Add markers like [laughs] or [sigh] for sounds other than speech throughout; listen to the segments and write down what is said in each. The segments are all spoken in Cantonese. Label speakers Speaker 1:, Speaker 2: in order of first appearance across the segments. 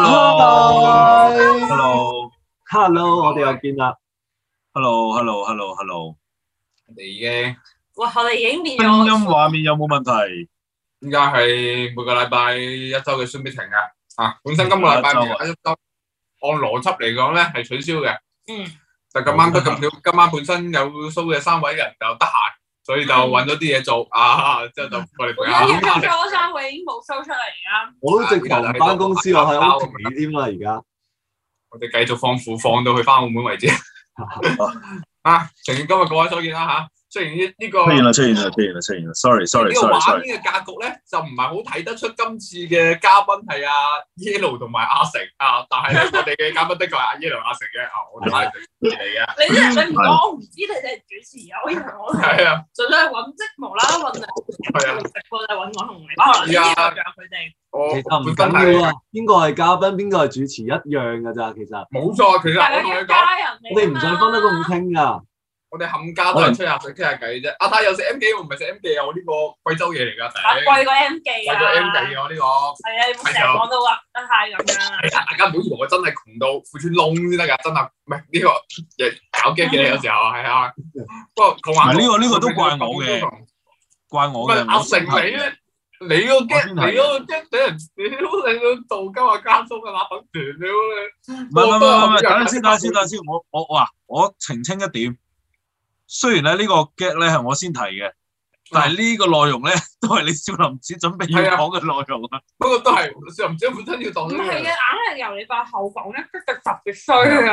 Speaker 1: Hello
Speaker 2: Hello，我哋又見啦。
Speaker 1: Hello，Hello，Hello，Hello，Hello，
Speaker 3: 人哋已經
Speaker 4: 哇！我哋已經變
Speaker 1: 聲音
Speaker 4: 咗，
Speaker 1: 畫面有冇問題？
Speaker 3: 依家係每個禮拜一周嘅 Zoom meeting 啊！啊，本身今個禮拜
Speaker 1: 一周啊
Speaker 3: 未有一周，按邏輯嚟講咧係取消嘅。
Speaker 4: 嗯。
Speaker 3: 但咁啱得咁巧，今晚本身有 show 嘅三位人就得閒，所以就
Speaker 4: 嗯
Speaker 3: 揾咗啲嘢做啊，之後就過嚟
Speaker 4: 我
Speaker 3: 陪
Speaker 4: 一日
Speaker 3: 下
Speaker 4: 收嗯咗三位已經冇 show 出嚟啦。
Speaker 2: 我都直頭唔翻公司，我
Speaker 3: 啊
Speaker 2: 喺屋企添啦，而家。
Speaker 3: 我哋繼續放苦，放到去翻澳門為止。 [laughs] 啊，情願今日各位所見啦吓。雖然呢呢個
Speaker 1: 出現
Speaker 3: 呢
Speaker 1: 啦，出現啦，出現啦，出現啦！Sorry，Sorry，Sorry，Sorry。
Speaker 3: 個畫面嘅格局咧，就唔係好睇得出今次嘅嘉賓係阿 Yellow 同埋阿成啊，但係咧我哋嘅嘉賓的確係阿 Yellow 阿成嘅啊，我哋係嚟嘅。
Speaker 4: 你真係你唔講，我唔知你哋係主持啊！我以為我
Speaker 3: 係啊，
Speaker 4: 純粹係揾即無啦啦揾
Speaker 3: 係
Speaker 4: 嚟
Speaker 3: 啊
Speaker 4: 直播就揾我同你，可能呢啲就佢哋。
Speaker 3: 我
Speaker 2: 其實唔
Speaker 3: 本身
Speaker 2: 緊要
Speaker 3: 係
Speaker 2: 啊，邊個係嘉賓，邊個係主持一樣㗎咋。其實
Speaker 3: 冇錯，其實
Speaker 4: 但係
Speaker 3: 我同
Speaker 4: 佢一
Speaker 3: 你講，
Speaker 4: 家人嚟
Speaker 2: 我哋唔想分得咁
Speaker 4: 清。
Speaker 2: 清㗎。
Speaker 3: 我哋冚家都係吹下水傾下偈啫。阿太有食 M 記，我唔係食 M 記啊，我呢個貴州嘢嚟㗎，
Speaker 4: 啊
Speaker 3: 頂
Speaker 4: 貴過 M 記
Speaker 3: 貴
Speaker 4: 啊！
Speaker 3: 州 M 記啊，我呢個。
Speaker 4: 係啊，你唔好成日講到話得太咁樣啦。
Speaker 3: 大家唔好以為我真係窮到褲穿窿先得㗎，真係唔係呢個嘢搞 g 嘅有時候係啊。不過講話
Speaker 1: 唔係呢個呢個都怪我嘅怪我
Speaker 3: 唔
Speaker 1: 嘅，
Speaker 3: 係阿成你咧，你個 g
Speaker 1: 我先係
Speaker 3: 你個 g 俾人你都你都做鳩啊加租嘅垃圾團你都
Speaker 1: 唔係唔係唔係唔係，等陣先，等陣先，等陣先。我我我話我澄清一點，雖然咧呢個 get 咧係我先提嘅，但係呢 [laughs] 個內容咧都係你少林寺準備要講嘅內容啊。
Speaker 3: 不過都係少林寺本身要
Speaker 4: 唔
Speaker 3: 當
Speaker 4: 係嘅，
Speaker 3: 嘅。
Speaker 4: 硬係由你把口講咧，特特別衰啊！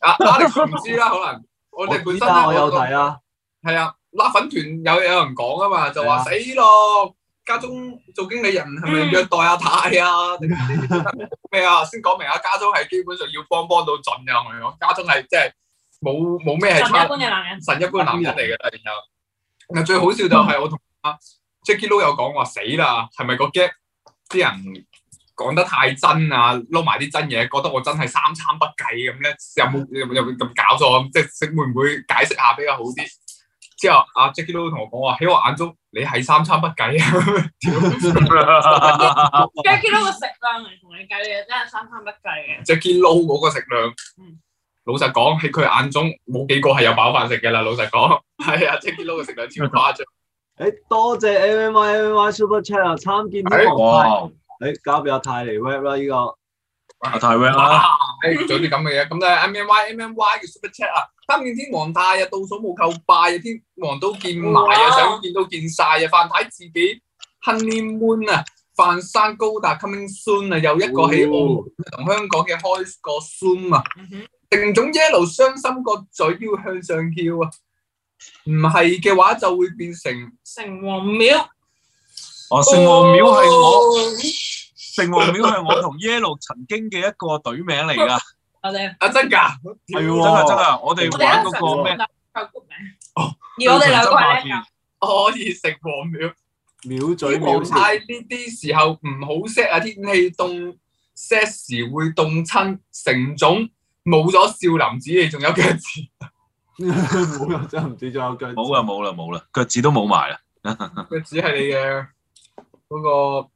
Speaker 3: 啊，阿力唔知啦，可能我
Speaker 2: 我
Speaker 3: 哋本
Speaker 2: 知
Speaker 3: 身
Speaker 2: 啊，我
Speaker 3: 咧
Speaker 2: 有睇啊。
Speaker 3: 係啊，辣粉團有有人講啊嘛，就話
Speaker 2: 係
Speaker 3: 死咯，家中做經理人係咪虐待阿太啊？定係咩啊？先講明啊，家中係基本上要幫幫到盡嘅，我哋講家中係即係冇冇咩係
Speaker 4: 神一
Speaker 3: 差
Speaker 4: 般嘅男人，
Speaker 3: 神一般男人嚟嘅啦。然後，然後最好笑就係我同阿 Jackie Lou 有講話死啦，係咪個 gap 啲人講得太真啊，撈埋啲真嘢，覺得我真係三餐不繼咁咧，有冇有冇有冇咁搞錯啊咁？即係會唔會解釋下比較好啲？之後阿 Jackie Lou 同我講話喺我眼中你係三餐不繼啊！ [laughs]
Speaker 4: 即係見到個食量嚟同你計嘅，真係三餐不繼嘅。
Speaker 3: Jackie Lou 嗰個食量
Speaker 4: 嗯，
Speaker 3: 老實講喺佢眼中冇幾個係有飽飯食嘅啦。老實講，係啊，Jackie Lou 嘅食量超誇張。
Speaker 2: 誒，多謝 M M Y M M Y Super Chat 啊，參見天王
Speaker 1: 哇！
Speaker 2: 派。誒，交俾阿泰嚟 rap 啦，呢個。
Speaker 1: 阿太 rap 啦，
Speaker 3: 哇！誒哎做啲咁嘅嘢，咁咧 M M Y M M Y 嘅 Super Chat 啊，三見天王太啊，倒數冇夠拜啊，天王都見埋啊，
Speaker 4: 哇
Speaker 3: 想見都見晒啊，范太自己 honeymoon 啊，范山高達 coming soon 啊，又一個喺澳
Speaker 2: 哦
Speaker 3: 門同香港嘅開個 soon 啊，
Speaker 4: 嗯哼
Speaker 3: 定總 yellow 傷心個嘴要向上翹啊，唔係嘅話就會變成
Speaker 4: 城隍廟。
Speaker 1: 哦，聖王廟係我，聖王廟係我同 Yellow 曾經嘅一個隊名嚟㗎，
Speaker 4: 我哋
Speaker 3: 啊真㗎，
Speaker 1: 真
Speaker 2: 係
Speaker 1: 係真
Speaker 2: 喎。
Speaker 1: 係，我哋
Speaker 4: 我
Speaker 1: 玩
Speaker 4: 哋一
Speaker 1: 嗰個咩？
Speaker 4: 陣就個名，
Speaker 3: 哦
Speaker 4: 而
Speaker 1: ừ,
Speaker 4: 我哋兩個係叻㗎，
Speaker 3: 可以食黃廟。
Speaker 2: 秒嘴
Speaker 3: 天
Speaker 2: 秒
Speaker 3: 皇
Speaker 2: 舌。 [laughs]
Speaker 3: 太呢啲時候唔好 set 啊，天氣凍 set 時會凍親，成種冇咗少林寺，你仲有腳趾，
Speaker 2: 冇啊，真係唔知仲有腳趾。
Speaker 1: 冇啦冇啦冇啦，腳趾都冇埋啦。
Speaker 3: 腳趾係你嘅嗰個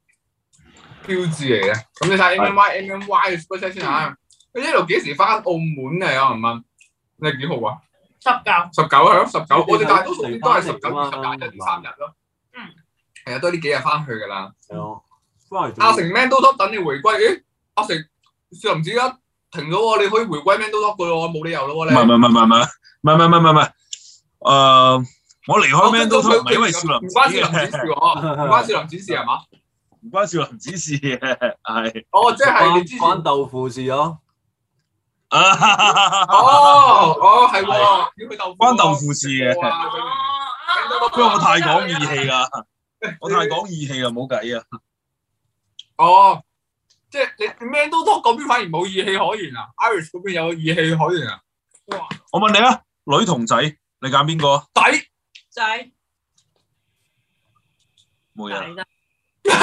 Speaker 3: 標誌嚟嘅。咁你睇 M M Y M M Y 嘅 super chat 先嚇，你一路幾時翻澳門啊？有人問你幾號啊？
Speaker 4: 執教。
Speaker 3: 十九啊，十九，我哋大多數都係十九、二十、廿一、三日咯。
Speaker 4: 嗯，
Speaker 3: 係啊，都係呢幾日翻去㗎啦。
Speaker 2: 係咯。翻嚟做
Speaker 3: 阿成 Man 都 top 等你回歸，咦？阿成少林寺而家停咗喎，你可以回歸 Man 都 top 噶咯，冇理由咯
Speaker 1: 唔
Speaker 3: 喎
Speaker 1: 係唔
Speaker 3: 你。
Speaker 1: 係唔係唔係唔係唔係唔係唔係，誒，我
Speaker 3: 哦
Speaker 1: 離開 Man 都唔係因為少
Speaker 3: 唔
Speaker 1: 林寺啊
Speaker 3: 關少
Speaker 1: 嘅，
Speaker 3: 林寺事喎，唔關少林寺事係嘛？
Speaker 1: 唔關少林寺事嘅，係
Speaker 3: 哦，即係你之前，
Speaker 2: 關
Speaker 3: 哦
Speaker 2: 豆腐事咯。
Speaker 1: 啊，
Speaker 3: 哦係喎，要去豆腐
Speaker 1: 關豆腐事嘅，
Speaker 3: 哇
Speaker 4: 哦
Speaker 1: 因為我太講義氣啦，我太講義氣啦，冇計啊，
Speaker 3: 哦，即係你 Man 都 top 嗰邊反而冇義氣可言啊，Irish 嗰邊有義氣可言啊，
Speaker 4: 哇！
Speaker 1: 我問你啊，女同仔，你揀邊個？
Speaker 3: 抵
Speaker 4: 仔
Speaker 1: 冇嘢
Speaker 4: 仔
Speaker 1: 啦，
Speaker 4: 得，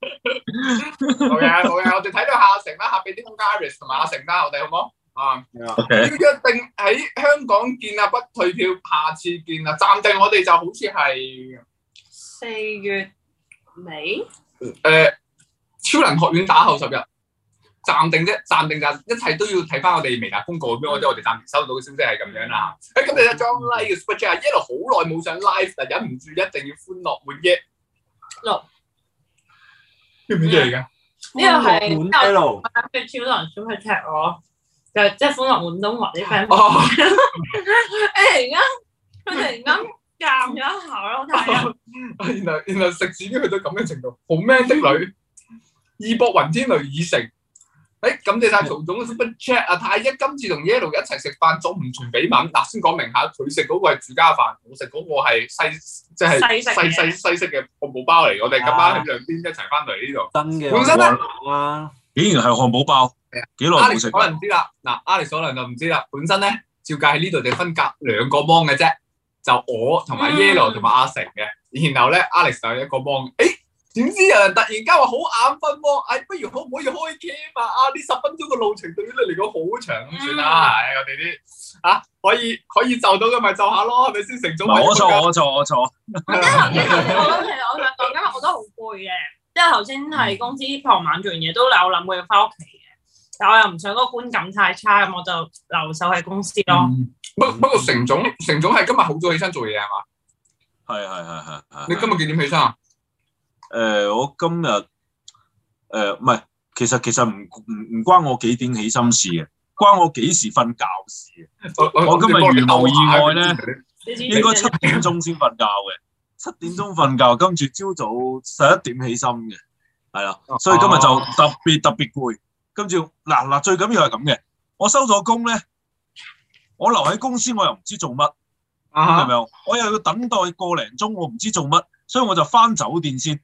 Speaker 3: 好嘅好嘅，我哋睇到下城啦，下俾啲空間 Irish 同埋阿成啦，我哋好唔好啊？
Speaker 2: 係啊。
Speaker 3: 要
Speaker 1: OK
Speaker 3: 約定喺香港見啊，不退票，下次見啊，暫定我哋就好似係
Speaker 4: 四月尾，
Speaker 3: 诶，超能學院打後十日暫定啫，暫定就係一切都要睇翻我哋微達公告咁樣，即係我哋暫時收到嘅消息係咁樣啦。誒，咁你就裝 like 嘅 super chat，一路好耐冇上 live，但忍唔住一定要歡樂滿溢。
Speaker 4: 六
Speaker 3: 邊邊嚟㗎？
Speaker 4: 呢個係
Speaker 2: 歡樂滿 L，
Speaker 4: 我諗住超多人想去踢我，就即係歡樂滿東華啲 friend。誒，
Speaker 3: 哦，
Speaker 4: 而家佢突然間尷咗一下咯，我睇下。
Speaker 3: [laughs] 原來原來食字已經去到咁嘅程度，好 man
Speaker 4: 嗯
Speaker 3: 的女，義薄雲天雷已成。哎誒，感謝晒曹總嘅 super chat 啊！太一今次同 Yellow 一齊食飯，總唔全俾文。嗱，先講明下，佢食嗰個係住家飯，我食嗰個係西，即係
Speaker 4: 西式嘅
Speaker 3: 西西西式嘅漢堡包嚟。我哋今晚喺兩邊一齊翻嚟呢度。
Speaker 2: 真嘅啊
Speaker 3: 本身
Speaker 1: 啊
Speaker 3: 咧
Speaker 2: 講啦，
Speaker 1: 竟然係漢堡包
Speaker 3: 係，
Speaker 1: 幾耐
Speaker 3: Alex
Speaker 1: 冇食過？
Speaker 3: 可能知啦，嗱，Alex 可能就唔知啦。本身咧，照計喺呢度就分隔兩個幫嘅啫，就我同埋
Speaker 4: 嗯
Speaker 3: Yellow 同埋阿成嘅。然後咧，Alex 就有一個幫。誒，點知有人突然間話好眼瞓喎，哎，不如可唔可以開 cam 啊？啊，呢十分鐘嘅路程對於你嚟講好長咁算啦。
Speaker 1: 嗯
Speaker 3: 唉，我哋啲啊，可以可以就到嘅咪就下咯，係咪先？成
Speaker 1: 唔
Speaker 3: 早
Speaker 1: 係我錯，我錯，我錯。
Speaker 4: 我即係頭
Speaker 1: [laughs]
Speaker 4: 先頭先我諗其實我想講，今日我都好攰嘅，即係頭先係公司傍晚做完嘢都有諗過要翻屋企嘅，但我又唔想嗰個觀感太差，咁我就留守喺公司咯。
Speaker 3: 嗯不不過，成總成總係今日好早起身做嘢係啊嘛？
Speaker 1: 係係係係係。
Speaker 3: 你今日幾點起身啊？
Speaker 1: 诶、我今日诶唔係，其實其實唔唔唔关我幾點起身事嘅，關我幾時瞓覺事
Speaker 3: 我我
Speaker 1: 我今日如無意外咧
Speaker 4: 你知
Speaker 1: 嘅，
Speaker 4: 唔
Speaker 1: 應該
Speaker 4: 知
Speaker 1: 七點鐘先瞓覺嘅，七點鐘瞓覺，跟住朝早十一點起身嘅，係啦，所以今日就特別特別攰，跟住嗱嗱最緊要係咁嘅，我收咗工咧，我留喺公司我又唔知做乜。
Speaker 3: 啊
Speaker 1: 係
Speaker 3: 哈
Speaker 1: 咪啊我又要等待個零鐘，我唔知做乜，所以我就翻酒店先。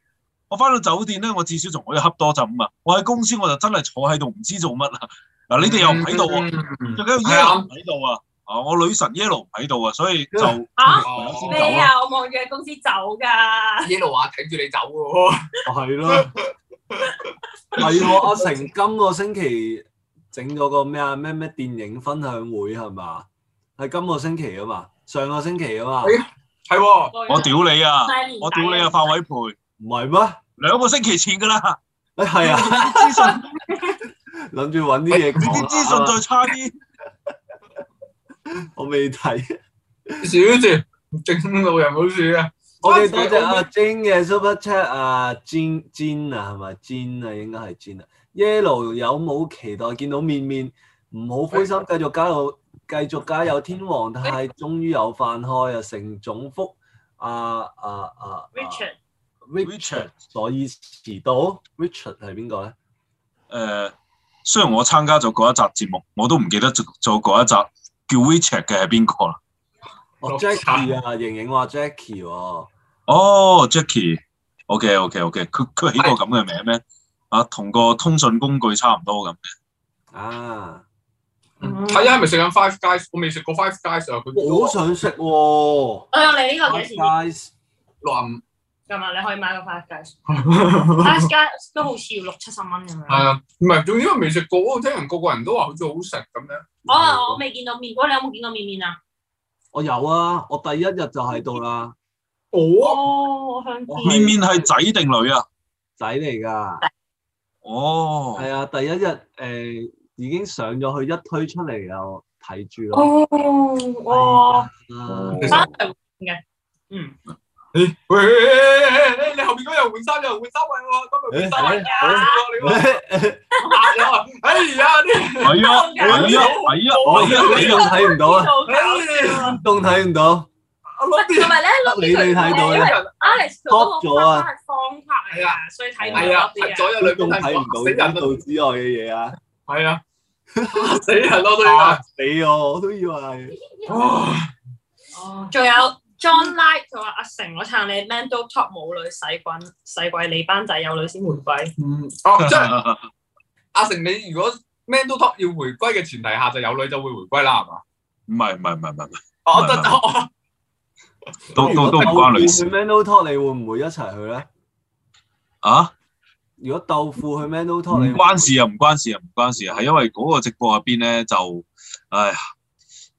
Speaker 1: 我翻到酒店咧，我至少仲可以恰多陣啊嘛。我喺公司我就真係坐喺度唔知做乜啊。嗱，你哋又唔喺度喎，
Speaker 3: 嗯
Speaker 1: 最緊要
Speaker 3: 係啊
Speaker 1: Yellow 唔喺度啊。啊，我女神 Yellow 唔喺度啊，所以
Speaker 3: [laughs]
Speaker 1: 就
Speaker 4: 啊
Speaker 3: 哦
Speaker 4: 咩啊？我望住喺公司走㗎，
Speaker 3: 耶路話睇住你走喎，
Speaker 2: 係咯，係喎，阿成今個星期整咗個咩啊咩咩電影分享會係嘛？係今個星期啊嘛，上個星期啊嘛，
Speaker 3: 係係喎，
Speaker 1: 我屌你啊！我
Speaker 4: 我
Speaker 1: 屌你啊！范偉培
Speaker 2: 唔係咩？ [laughs]
Speaker 1: 兩個星期前㗎啦，
Speaker 2: 誒係啊，
Speaker 1: 資
Speaker 3: [laughs]
Speaker 1: 訊
Speaker 2: 諗住揾啲嘢
Speaker 1: 你啲
Speaker 2: 講啊
Speaker 1: 資訊
Speaker 2: 啦
Speaker 1: 再差啲。
Speaker 2: 我未睇，
Speaker 3: 少住正路人冇事嘅，
Speaker 2: 我哋多謝阿 Jane 嘅 Super Chat 啊，Jane Jane 啊係咪 Jane 啊應該係 Jane 啊，Yellow 有冇期待見到面面？唔好灰心，繼續加油，繼續加油！天皇太終於有飯開啊！成總福啊啊啊啊
Speaker 4: Richard，
Speaker 1: Richard
Speaker 2: Richard，所以遲到，Richard 係邊個咧？
Speaker 1: 誒，雖然我參加咗嗰一集節目，我都唔記得做做嗰一集叫 WeChat 嘅係邊個啦。
Speaker 2: 哦
Speaker 3: 六七
Speaker 2: ，Jackie 啊，盈盈話 Jackie 喎，
Speaker 1: 哦，Jackie，OK OK OK，佢佢起個咁嘅名咩？啊，同個通訊工具差唔多咁。
Speaker 2: 啊，
Speaker 3: 睇下係咪食緊 Five Guys，我未食過 Five Guys 啊，佢
Speaker 2: 我好想食喎
Speaker 4: 我有你呢個幾錢㗎
Speaker 2: Five Guys
Speaker 3: 六十五，
Speaker 4: 嘛？你可以買個 Five
Speaker 1: [laughs]
Speaker 4: Guys，Five Guys 都好似要六七十蚊咁樣。
Speaker 3: 係啊，唔係，總之我未食過，我聽人個個人都話好似好食咁樣，
Speaker 4: 我啊我未見到面，喂，你有冇見到面面啊？
Speaker 2: 我有啊，我第一日就喺度啦，
Speaker 3: 我
Speaker 4: 哦，我想
Speaker 2: 我
Speaker 1: 面
Speaker 4: 見。
Speaker 1: 面係仔定女啊？
Speaker 2: 仔嚟㗎，
Speaker 1: 哦，
Speaker 2: 係啊，第一日誒、已經上咗去，一推出嚟就睇住咯。
Speaker 4: 哦，哇，
Speaker 2: 啊
Speaker 3: 其實
Speaker 4: 翻嚟嘅，嗯，
Speaker 3: 咦喂，你後邊嗰人換衫又換衫
Speaker 2: 哎
Speaker 3: 位喎，今日換衫位
Speaker 2: 誒
Speaker 3: 你個嚇我啊，哎呀啲，
Speaker 1: 係 [laughs] 啊，係啊，係啊，
Speaker 2: 我
Speaker 1: 係啊，
Speaker 2: 一仲睇唔到啊，
Speaker 4: 好搞笑啊！
Speaker 2: 一仲睇唔到，
Speaker 3: 阿 l o
Speaker 4: 同埋咧
Speaker 2: 啊你你睇到
Speaker 4: 因為
Speaker 2: 咧，
Speaker 4: Alex 佢嗰個花
Speaker 2: 啊
Speaker 4: 係方框嚟
Speaker 3: 係啊
Speaker 4: 㗎，所以睇唔
Speaker 3: 係
Speaker 4: 到
Speaker 3: 啊，
Speaker 4: 啲嘢。
Speaker 3: 左右兩
Speaker 2: 仲
Speaker 3: 邊
Speaker 2: 睇
Speaker 3: 睇
Speaker 2: 唔
Speaker 3: 唔
Speaker 2: 到
Speaker 3: 死人
Speaker 2: 呢
Speaker 3: 啊，
Speaker 2: 度之外嘅嘢啊！
Speaker 3: 係啊，嚇 [laughs] 死人咯對啊
Speaker 2: 嚇，死我，我都以為係
Speaker 3: 哇！
Speaker 4: 哦仲有 John Light 佢話阿成，我撐你 Man Do Top 冇女洗滾洗鬼，你班仔有女先回歸。
Speaker 3: 嗯，哦，即係
Speaker 1: 係啊 [laughs]
Speaker 3: 阿成，你如果 man do top 要回歸嘅前提下，就有女就會回歸啦，係嘛？
Speaker 1: 唔係唔係唔係唔係唔係，
Speaker 3: 哦，
Speaker 1: 唔係
Speaker 3: 得得，
Speaker 1: 都都都唔關女事
Speaker 2: 豆腐去 Mano Talk，你會唔會一齊去咧？
Speaker 1: 啊！
Speaker 2: 如果豆腐去 Mano
Speaker 3: 哦
Speaker 1: 唔
Speaker 2: Talk，你
Speaker 1: 關事啊，唔關事啊，唔關事啊，係因為嗰個直播入邊咧就，唉，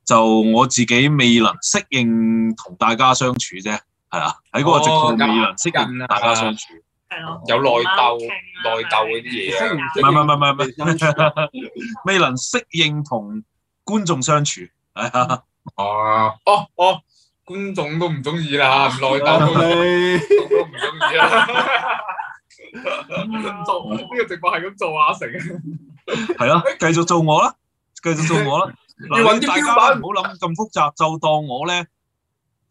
Speaker 1: 就我自己未能適應同大家相處啫。係啦，喺嗰個直
Speaker 3: 哦
Speaker 1: 控理論適
Speaker 3: 人
Speaker 1: 應
Speaker 3: 啊
Speaker 1: 大家相處。唔
Speaker 4: 係咯，
Speaker 3: [laughs]
Speaker 4: 啊
Speaker 3: 有內鬥
Speaker 4: 內
Speaker 3: 內鬥嗰啲嘢啊，
Speaker 1: 係
Speaker 2: 唔
Speaker 1: 唔係唔係唔係，[laughs]
Speaker 2: 相處
Speaker 1: 未能適應同觀眾相處。係啊，
Speaker 3: 哦哦哦，觀眾都唔中意 [laughs] 啦，內
Speaker 2: [laughs]
Speaker 3: 鬥觀
Speaker 2: 你
Speaker 3: 眾都唔中意 [laughs] 啦。
Speaker 4: 嗯
Speaker 3: 做呢個直播係咁做阿 [laughs] 成，
Speaker 1: 係咯，繼續做我啦，繼續做我啦。
Speaker 3: [laughs] 要揾哎啲
Speaker 1: 大
Speaker 3: 標
Speaker 1: 家
Speaker 3: 板
Speaker 1: 唔好諗咁複雜，就當我咧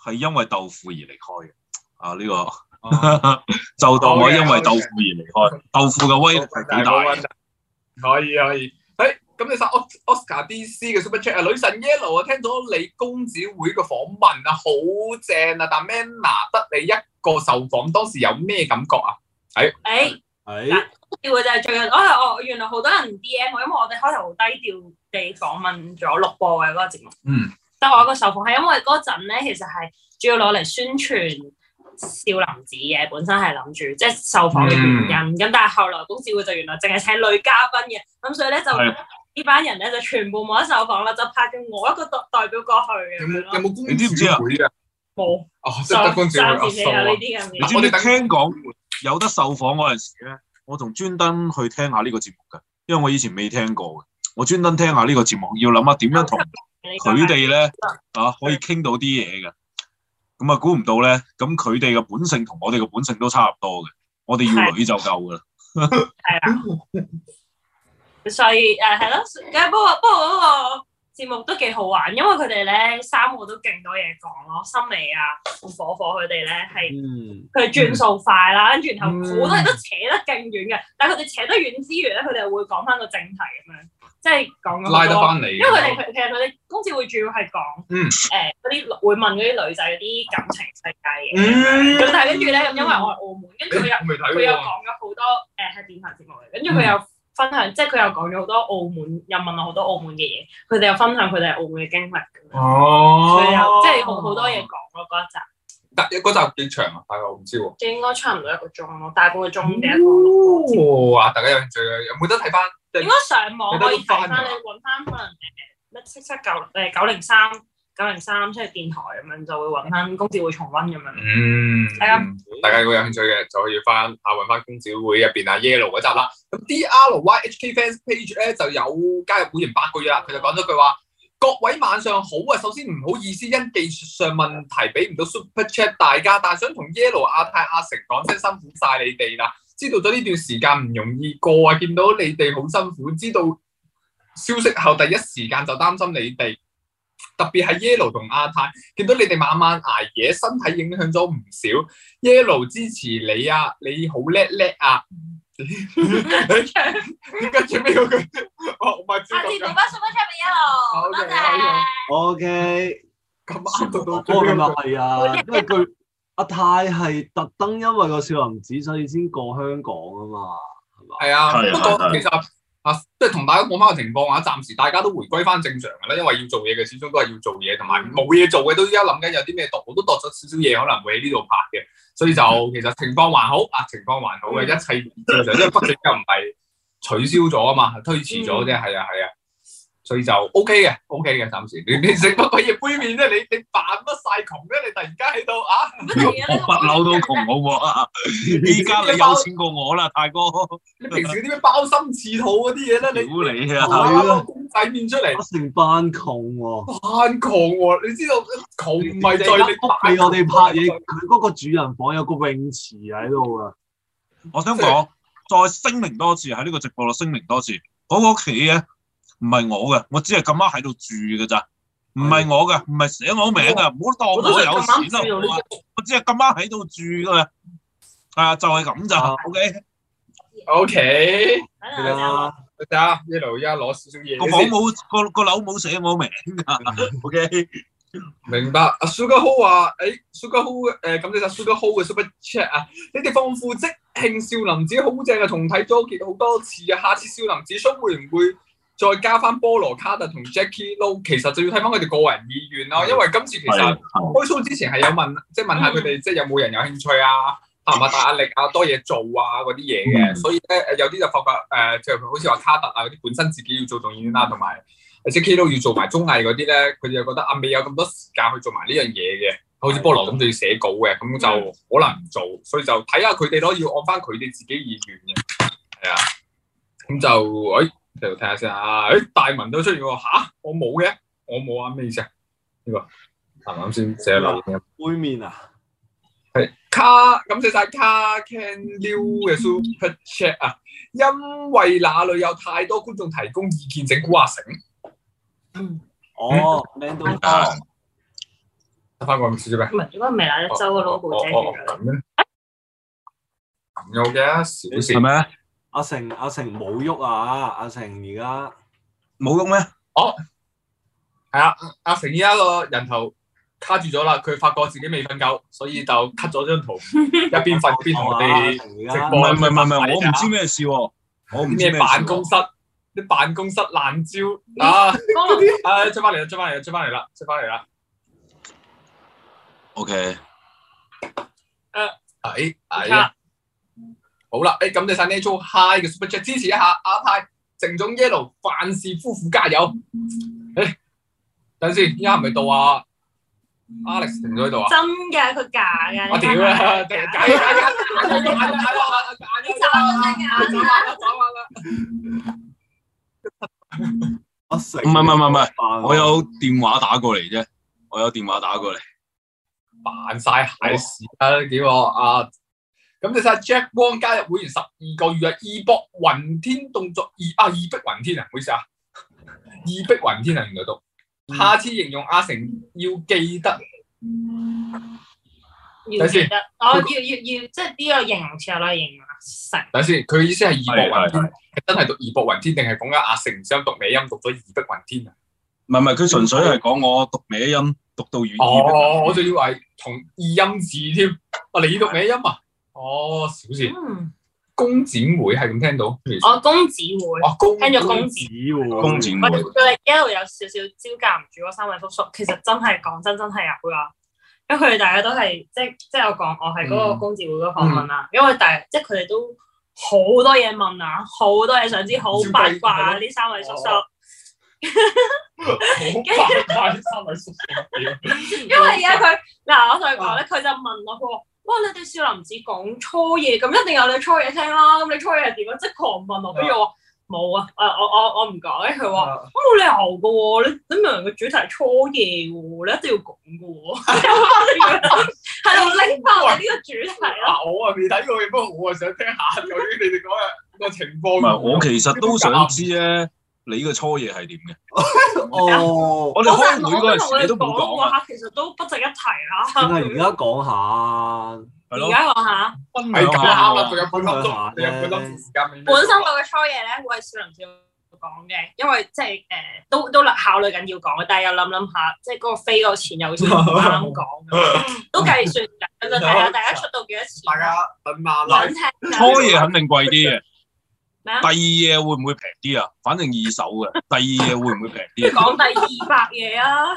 Speaker 1: 係因為豆腐而離開嘅。啊，呢個
Speaker 3: 哦
Speaker 1: 就當我因為豆腐而離開。豆腐嘅威力係幾大嘅？
Speaker 3: 可以可以。誒，咁你晒 Oscar DC 嘅 Super Chat 啊，女神 Yellow 啊，聽到你公子會嘅訪問啊，好正啊！但 Manna 得你一個受訪，當時有咩感覺啊？
Speaker 4: 誒，
Speaker 2: 係
Speaker 4: 笑嘅就係最近，啊，我原來好多人 D M 我，因為我哋開頭好低調地訪問咗錄播嘅嗰個節目，
Speaker 3: 嗯，
Speaker 4: 但我有個受訪係因為嗰陣咧，其實係主要攞嚟宣傳。少林寺嘅本身係諗住即係受訪嘅原因，咁、但係後來公子會就原來淨係請女嘉賓嘅，咁所以咧就
Speaker 1: 係
Speaker 4: 呢班人咧就全部冇得受訪啦，就派咗我一個代代表過去
Speaker 3: 有
Speaker 4: 咁樣
Speaker 3: 冇有
Speaker 4: 咯，
Speaker 3: 冇公
Speaker 1: 你知唔知啊
Speaker 3: 子會啊？
Speaker 4: 冇。
Speaker 3: 哦，識得公子會
Speaker 4: 暫時未有呢
Speaker 3: 啊，
Speaker 4: 啲咁
Speaker 1: 你
Speaker 4: 嘅
Speaker 1: 知唔知聽講有得受訪嗰陣時咧，我仲專登去聽下呢個節目㗎，因為我以前未聽過嘅。我專登聽下呢個節目，要諗下點樣同佢哋咧啊可以傾到啲嘢嘅。咁啊，估唔到咧，咁佢哋嘅本性同我哋嘅本性都差唔多嘅。我哋要女就夠噶啦。
Speaker 4: 你所以誒係咯，咁不過不過嗰個節目都幾好玩，因為佢哋咧三個都勁多嘢講咯，心理啊、火火佢哋咧係
Speaker 2: 嗯
Speaker 4: 佢哋轉數快啦，跟住然後
Speaker 3: 嗯
Speaker 4: 好多人都扯得勁遠嘅，但係佢哋扯得遠之餘咧，佢哋又會講翻個正題咁樣，即係講咁多
Speaker 3: 拉得翻嚟。
Speaker 4: 因
Speaker 3: 啊
Speaker 4: 為佢哋佢其實佢哋公司會主要係講
Speaker 3: 嗯
Speaker 4: 誒嗰啲會問嗰啲女仔嗰啲感情世界嘅，
Speaker 3: 嗯哎
Speaker 4: 咁但係跟住咧，咁因為我係澳門，跟住佢又。
Speaker 3: 我未睇
Speaker 4: 佢又
Speaker 3: 喎，
Speaker 4: 講咗好多誒係電台節目嚟，跟住
Speaker 3: 嗯
Speaker 4: 佢又分享，即係佢又講咗好多澳門，又問我好多澳門嘅嘢，佢哋又分享佢哋喺澳門嘅經歷咁樣，
Speaker 3: 哦
Speaker 4: 佢又即係好好多嘢講咯嗰一
Speaker 3: 但嗰集幾長啊？大概我唔知喎。
Speaker 4: 集，應該差唔多一個鐘咯，大半個鐘嘅一個錄播節目
Speaker 3: 哦，啊，大家有興趣嘅，有冇得睇翻？
Speaker 4: 應該上網可以睇
Speaker 3: 有得
Speaker 4: 翻，
Speaker 3: 翻㗎
Speaker 4: 你揾翻可能誒咩七七九誒九零三九零三出去電台咁樣就會揾翻公司會重温咁樣。
Speaker 3: 嗯，
Speaker 4: 係啊
Speaker 3: 大家如果有興趣嘅，就可以翻啊揾翻公子會入邊啊 Yellow 嗰集啦。咁 D R Y H K fans page 咧就有加入會員八個月啦。佢就講咗句話：各位晚上好啊！首先唔好意思，因技術上問題俾唔到 super chat 大家，但想同 Yellow 阿泰阿成講聲辛苦晒你哋啦。知道咗呢段時間唔容易過啊，見到你哋好辛苦，知道消息後第一時間就擔心你哋，特別係 Yellow 同阿泰。見到你哋晚晚捱夜，身體影響咗唔少。Yellow 支持你啊，你好叻叻啊！ [laughs] 點解最尾嗰句？哦，唔係知
Speaker 4: 下次
Speaker 3: 咁
Speaker 4: 補翻 super chat 俾一路，多謝。
Speaker 2: ，OK。
Speaker 3: 咁啱到
Speaker 2: 不過
Speaker 3: 到最
Speaker 2: 哦咁
Speaker 3: 尾
Speaker 2: 又係啊，因為佢阿泰係特登因為個少林寺，所以先過香港啊嘛，係嘛？
Speaker 3: 係啊，
Speaker 1: 係
Speaker 3: 不過
Speaker 1: 係
Speaker 3: 其實啊，即係同大家講翻個情況啊，暫時大家都回歸翻正常㗎啦，因為要做嘢嘅始終都係要做嘢，同
Speaker 1: 嗯
Speaker 3: 埋冇嘢做嘅都依家諗緊有啲咩度，我都度咗少少嘢可能會喺呢度拍嘅，所以就
Speaker 1: 嗯
Speaker 3: 其實情況還好啊，情況還好嘅，一切正常，因為畢竟又唔係取消咗啊嘛，推遲咗啫，
Speaker 1: 嗯
Speaker 3: 係啊係啊。所以就 O K 嘅，O K 嘅，暫時你你食乜鬼嘢杯麵啫？你你扮乜晒窮啫？你突然間喺度啊？
Speaker 1: 我哦不嬲都窮好唔好啊？依家你有錢過我啦，大哥，
Speaker 3: 你平時嗰啲咩包心刺肚嗰啲嘢咧，你
Speaker 1: 屌你啊！
Speaker 3: 打個公仔面出嚟。
Speaker 2: 阿成班窮喎，
Speaker 3: 翻狂喎！你知道窮唔係在
Speaker 2: 而家
Speaker 3: 你
Speaker 2: 屋企我哋拍嘢，佢嗰個主人房有個泳池喺度啊，
Speaker 1: 我想講，再聲明多次喺呢個直播度聲明多次，嗰個屋企咧唔係我嘅，我只係咁啱喺度住嘅咋，唔係我嘅，唔係寫我名啊，唔好當
Speaker 4: 我都
Speaker 1: 我
Speaker 4: 想
Speaker 1: 有
Speaker 4: 咁啱
Speaker 1: 錢
Speaker 4: 知道呢
Speaker 1: 啦，我只係咁啱喺度住噶，啊就係咁咋
Speaker 2: 啊
Speaker 1: ，OK，
Speaker 3: O K，
Speaker 2: 係
Speaker 4: 個。
Speaker 2: 啊，
Speaker 3: 得家一路而家攞少少嘢
Speaker 1: 個房
Speaker 3: 先。
Speaker 1: 冇個個樓冇寫我名噶，OK，
Speaker 3: 明白。阿 Sugar Ho 話：，啊誒，Sugar Ho 誒，感謝晒 Sugar Ho 嘅 Super Chat 啊！你哋放負即興少林寺好正啊，重睇咗結好多次啊！下次少林寺 show 會唔會再加翻菠蘿卡特同 Jackie Lou？其實就要睇翻佢哋個人意願咯，因為今次其實。開 show 之前係有問，即係問下佢哋，即係有冇人有興趣啊，大唔大壓力啊，多嘢做啊嗰啲嘢嘅，
Speaker 1: 嗯
Speaker 3: 所以咧誒有啲就發覺誒、呃即係好似話卡特啊嗰啲本身自己要做仲演啦，同啊埋即係 K 都要做埋綜藝嗰啲咧，佢哋又覺得啊未有咁多時間去做埋呢樣嘢嘅，好似菠蘿咁就要寫稿嘅，咁就可能唔做，所以就睇下佢哋咯，要按翻佢哋自己意願嘅，係啊，咁就誒繼續睇下先啊，誒大文都出現喎，吓我冇嘅，我冇啊咩意思啊？呢個啱啱先寫漏嘅，
Speaker 2: 杯面啊，
Speaker 3: 係卡感謝晒卡 Can Liu 嘅 Super Chat 啊，因為那裡有太多觀眾提供意見，整蠱阿成。
Speaker 2: 哦，man
Speaker 3: 嗯
Speaker 2: 都
Speaker 1: 啊
Speaker 2: 得，
Speaker 3: 得翻個唔知啫咩？
Speaker 4: 唔係，應該未嚟一周嘅 logo
Speaker 3: 哦
Speaker 4: 啫。
Speaker 3: 哦哦咁樣咁有嘅小事
Speaker 1: 係。咪啊？
Speaker 2: 阿成阿成冇喐啊，阿成而家
Speaker 1: 冇喐咩？
Speaker 3: 係啊，阿成依家個人頭卡住咗啦，佢發覺自己未瞓夠，所以就 cut 咗張圖，一邊瞓一邊同我
Speaker 2: 阿
Speaker 3: 哋
Speaker 2: 成而
Speaker 3: 直
Speaker 2: 家
Speaker 1: 唔
Speaker 3: 播
Speaker 1: 係唔係唔係唔係，我唔知咩事喎，我唔知咩事
Speaker 3: 咩
Speaker 1: 喎
Speaker 3: 辦公室啲辦公室爛招啊！
Speaker 4: 江龍
Speaker 3: 啊，出翻嚟啦，出翻嚟啦，出翻嚟啦，出翻嚟啦！
Speaker 1: OK，
Speaker 3: 哎哎呀，好啦，哎感謝晒呢組 Hi 嘅 Super Chat 支持一下阿泰、鄭總 Yellow、范氏夫婦加油！哎，等陣先，依家係咪到啊？Alex 停咗喺度啊！
Speaker 4: 真嘅，佢假嘅。
Speaker 3: 我屌啦，第日解解解解解
Speaker 4: 你走啦，你
Speaker 3: 走啦走啦！
Speaker 2: 阿成
Speaker 1: 唔係哦唔係唔係唔係，
Speaker 2: 扮
Speaker 1: 我有電話打過嚟啫，我有電話打過嚟。
Speaker 3: 扮晒蟹屎啦，幾個啊！咁就晒 Jack Wong 加入會員十二個月啊！義薄雲天動作義啊，義碧雲天啊，唔好意思啊， [laughs] 義碧雲天啊，原來讀。下次形容阿成要記得
Speaker 4: 要記得，我要要要，即係呢個形容詞有啦，形容成
Speaker 3: 等先，佢意思係義薄雲天
Speaker 1: 係，
Speaker 3: 真係讀義薄雲天定係講緊阿成然之後讀尾音讀咗義碧雲天啊？
Speaker 1: 唔係唔係，佢純粹係講我讀美音讀到粵
Speaker 3: 哦，
Speaker 1: 語。
Speaker 3: 我仲以為同異音字添，啊你讀咩音啊？哦，小事。
Speaker 4: 嗯，
Speaker 3: 公展會係咁聽到，
Speaker 4: 我公子會，
Speaker 3: 哦，公
Speaker 4: 聽咗公
Speaker 2: 子
Speaker 4: 子。
Speaker 2: 喎，
Speaker 1: 公展
Speaker 4: 我
Speaker 1: 會
Speaker 4: 哋一路有少少招架唔住嗰三位叔叔，其實真係講真真係有噶，因為佢哋大家都係即係即係我講我係嗰個公字會嗰個訪問啦，因為大即係佢哋都好多嘢問啊，好多嘢想知，好八卦啊呢三位叔叔，
Speaker 3: [laughs] 好快快三位叔叔，
Speaker 4: 因為而家佢嗱我同佢講咧，佢就問我佢話。哇！你哋少林寺講初夜咁，一定有你初夜聽啦。咁你初夜係點啊？即係狂問我，跟住我話冇啊！誒，我我我唔講。跟住佢話咁冇理由噶喎，你你明明個主題係初夜喎，你一定要講噶
Speaker 1: [laughs]
Speaker 4: 啊喎，係度拎翻我哋呢個主題咯。
Speaker 3: 嗱，我啊未睇過嘅，不過我啊想聽下究竟你哋講嘅個情
Speaker 1: 唔
Speaker 3: 況。
Speaker 1: 係，我其實都想知咧，你嘅初夜係點嘅？
Speaker 2: 哦，
Speaker 1: 啊我哋開會嗰陣時，你都
Speaker 4: 都
Speaker 1: 冇講啊，
Speaker 4: 其實都不值一提啦。
Speaker 2: 定係而家講下，
Speaker 1: 係
Speaker 4: 而
Speaker 1: 咯。
Speaker 4: 家講下，
Speaker 3: 分咪咁啱啦，仲有半粒
Speaker 2: 啊分享下啫
Speaker 3: 鐘，仲有半粒鐘時間未咩。
Speaker 4: 本身我嘅初夜咧，我係少林寺講嘅，因為即係誒都都考慮緊要講嘅，但係又諗諗下，即係嗰個飛嗰個錢又好似唔啱講
Speaker 1: [laughs]
Speaker 4: 咁，都計算緊，就
Speaker 1: 啊
Speaker 4: 睇下大家出到幾多
Speaker 3: 大
Speaker 4: 錢啦。
Speaker 3: 家啊等下啦
Speaker 4: 想，聽㗎
Speaker 1: 初夜肯定貴啲嘅，
Speaker 4: 咩啊
Speaker 1: 第二夜會唔會平啲啊？反正二手嘅，第二夜會唔會平啲
Speaker 3: [laughs]
Speaker 1: 啊？
Speaker 4: 講第二百嘢啊！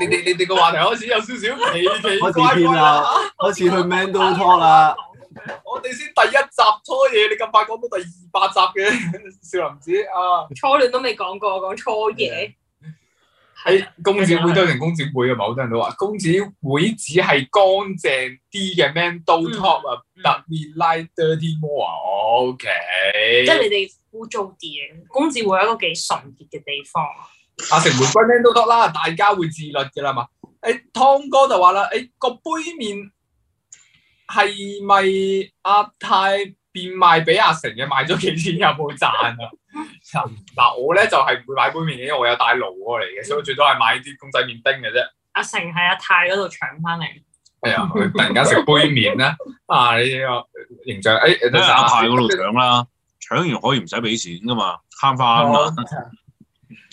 Speaker 3: 你哋你哋個話題開始有少少奇奇怪啊
Speaker 2: 開始
Speaker 3: 怪
Speaker 2: 變
Speaker 3: 啦
Speaker 2: 啦。開始去 man 都拖啦，。
Speaker 3: 我哋先第一集初嘢，你咁快講到第二百集嘅少林寺啊！
Speaker 4: 初戀都未講過，講初夜。啊
Speaker 3: 喺公子會都成公子會嘅，某啲人都話公子會只係乾淨啲嘅 man do top 啊，
Speaker 4: 嗯
Speaker 3: 但 we like dirty more 啊。OK，
Speaker 4: 即係你哋污糟啲嘅，公子會係一個幾純潔嘅地方。
Speaker 3: 阿成回歸 man do top 啦，大家會自律嘅啦嘛。誒，湯哥就話啦，誒個杯面係咪阿泰變賣俾阿成嘅？賣咗幾錢有冇賺啊？ [laughs] 嗱，我咧就係唔會買杯面嘅，因為我有帶爐鍋嚟
Speaker 1: 嗯
Speaker 3: 嘅，所以我最多係買啲公仔麵丁嘅啫。
Speaker 4: 阿成喺阿泰嗰度搶翻嚟，
Speaker 3: 係啊，佢突然間食杯麵咧，啊呢個形象，誒
Speaker 1: 喺
Speaker 3: 等陣
Speaker 1: 阿
Speaker 3: 啊
Speaker 1: 泰嗰度搶啦，搶完可以唔使俾錢噶嘛，慳翻嘛。
Speaker 3: 哦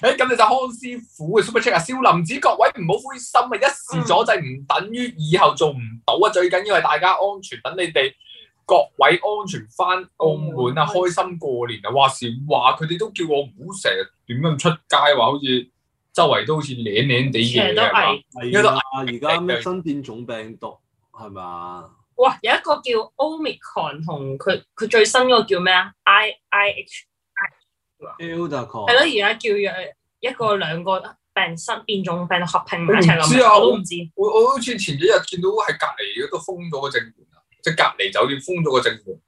Speaker 3: 誒哎咁你就康師傅嘅 super check 啊，少林寺各位唔好灰心啊，一時阻滯唔等於以後做唔到啊，最緊要係大家安全，等你哋各位安全翻澳門
Speaker 4: 嗯
Speaker 3: 啊，開心過年啊！話時話佢哋都叫我唔好成日點咁出街，話好似周圍都好似攣攣地
Speaker 4: 其實
Speaker 3: 嘢
Speaker 4: 都
Speaker 3: 啊嘛
Speaker 4: 係。
Speaker 2: 係啊，而家咩新變種病毒係咪啊？
Speaker 4: 哇！有一個叫 Omicron 同佢佢最新嗰個叫咩啊？I I H
Speaker 2: Delta
Speaker 3: 哦
Speaker 4: 係咯，而家叫一個兩個病新變種病合併埋一齊
Speaker 3: 我唔知啊
Speaker 4: 諗，我都唔知。
Speaker 3: 我我好似前幾日見到喺隔離嗰度封咗個正門啊，即係隔離酒店封咗個正門。
Speaker 4: 嗯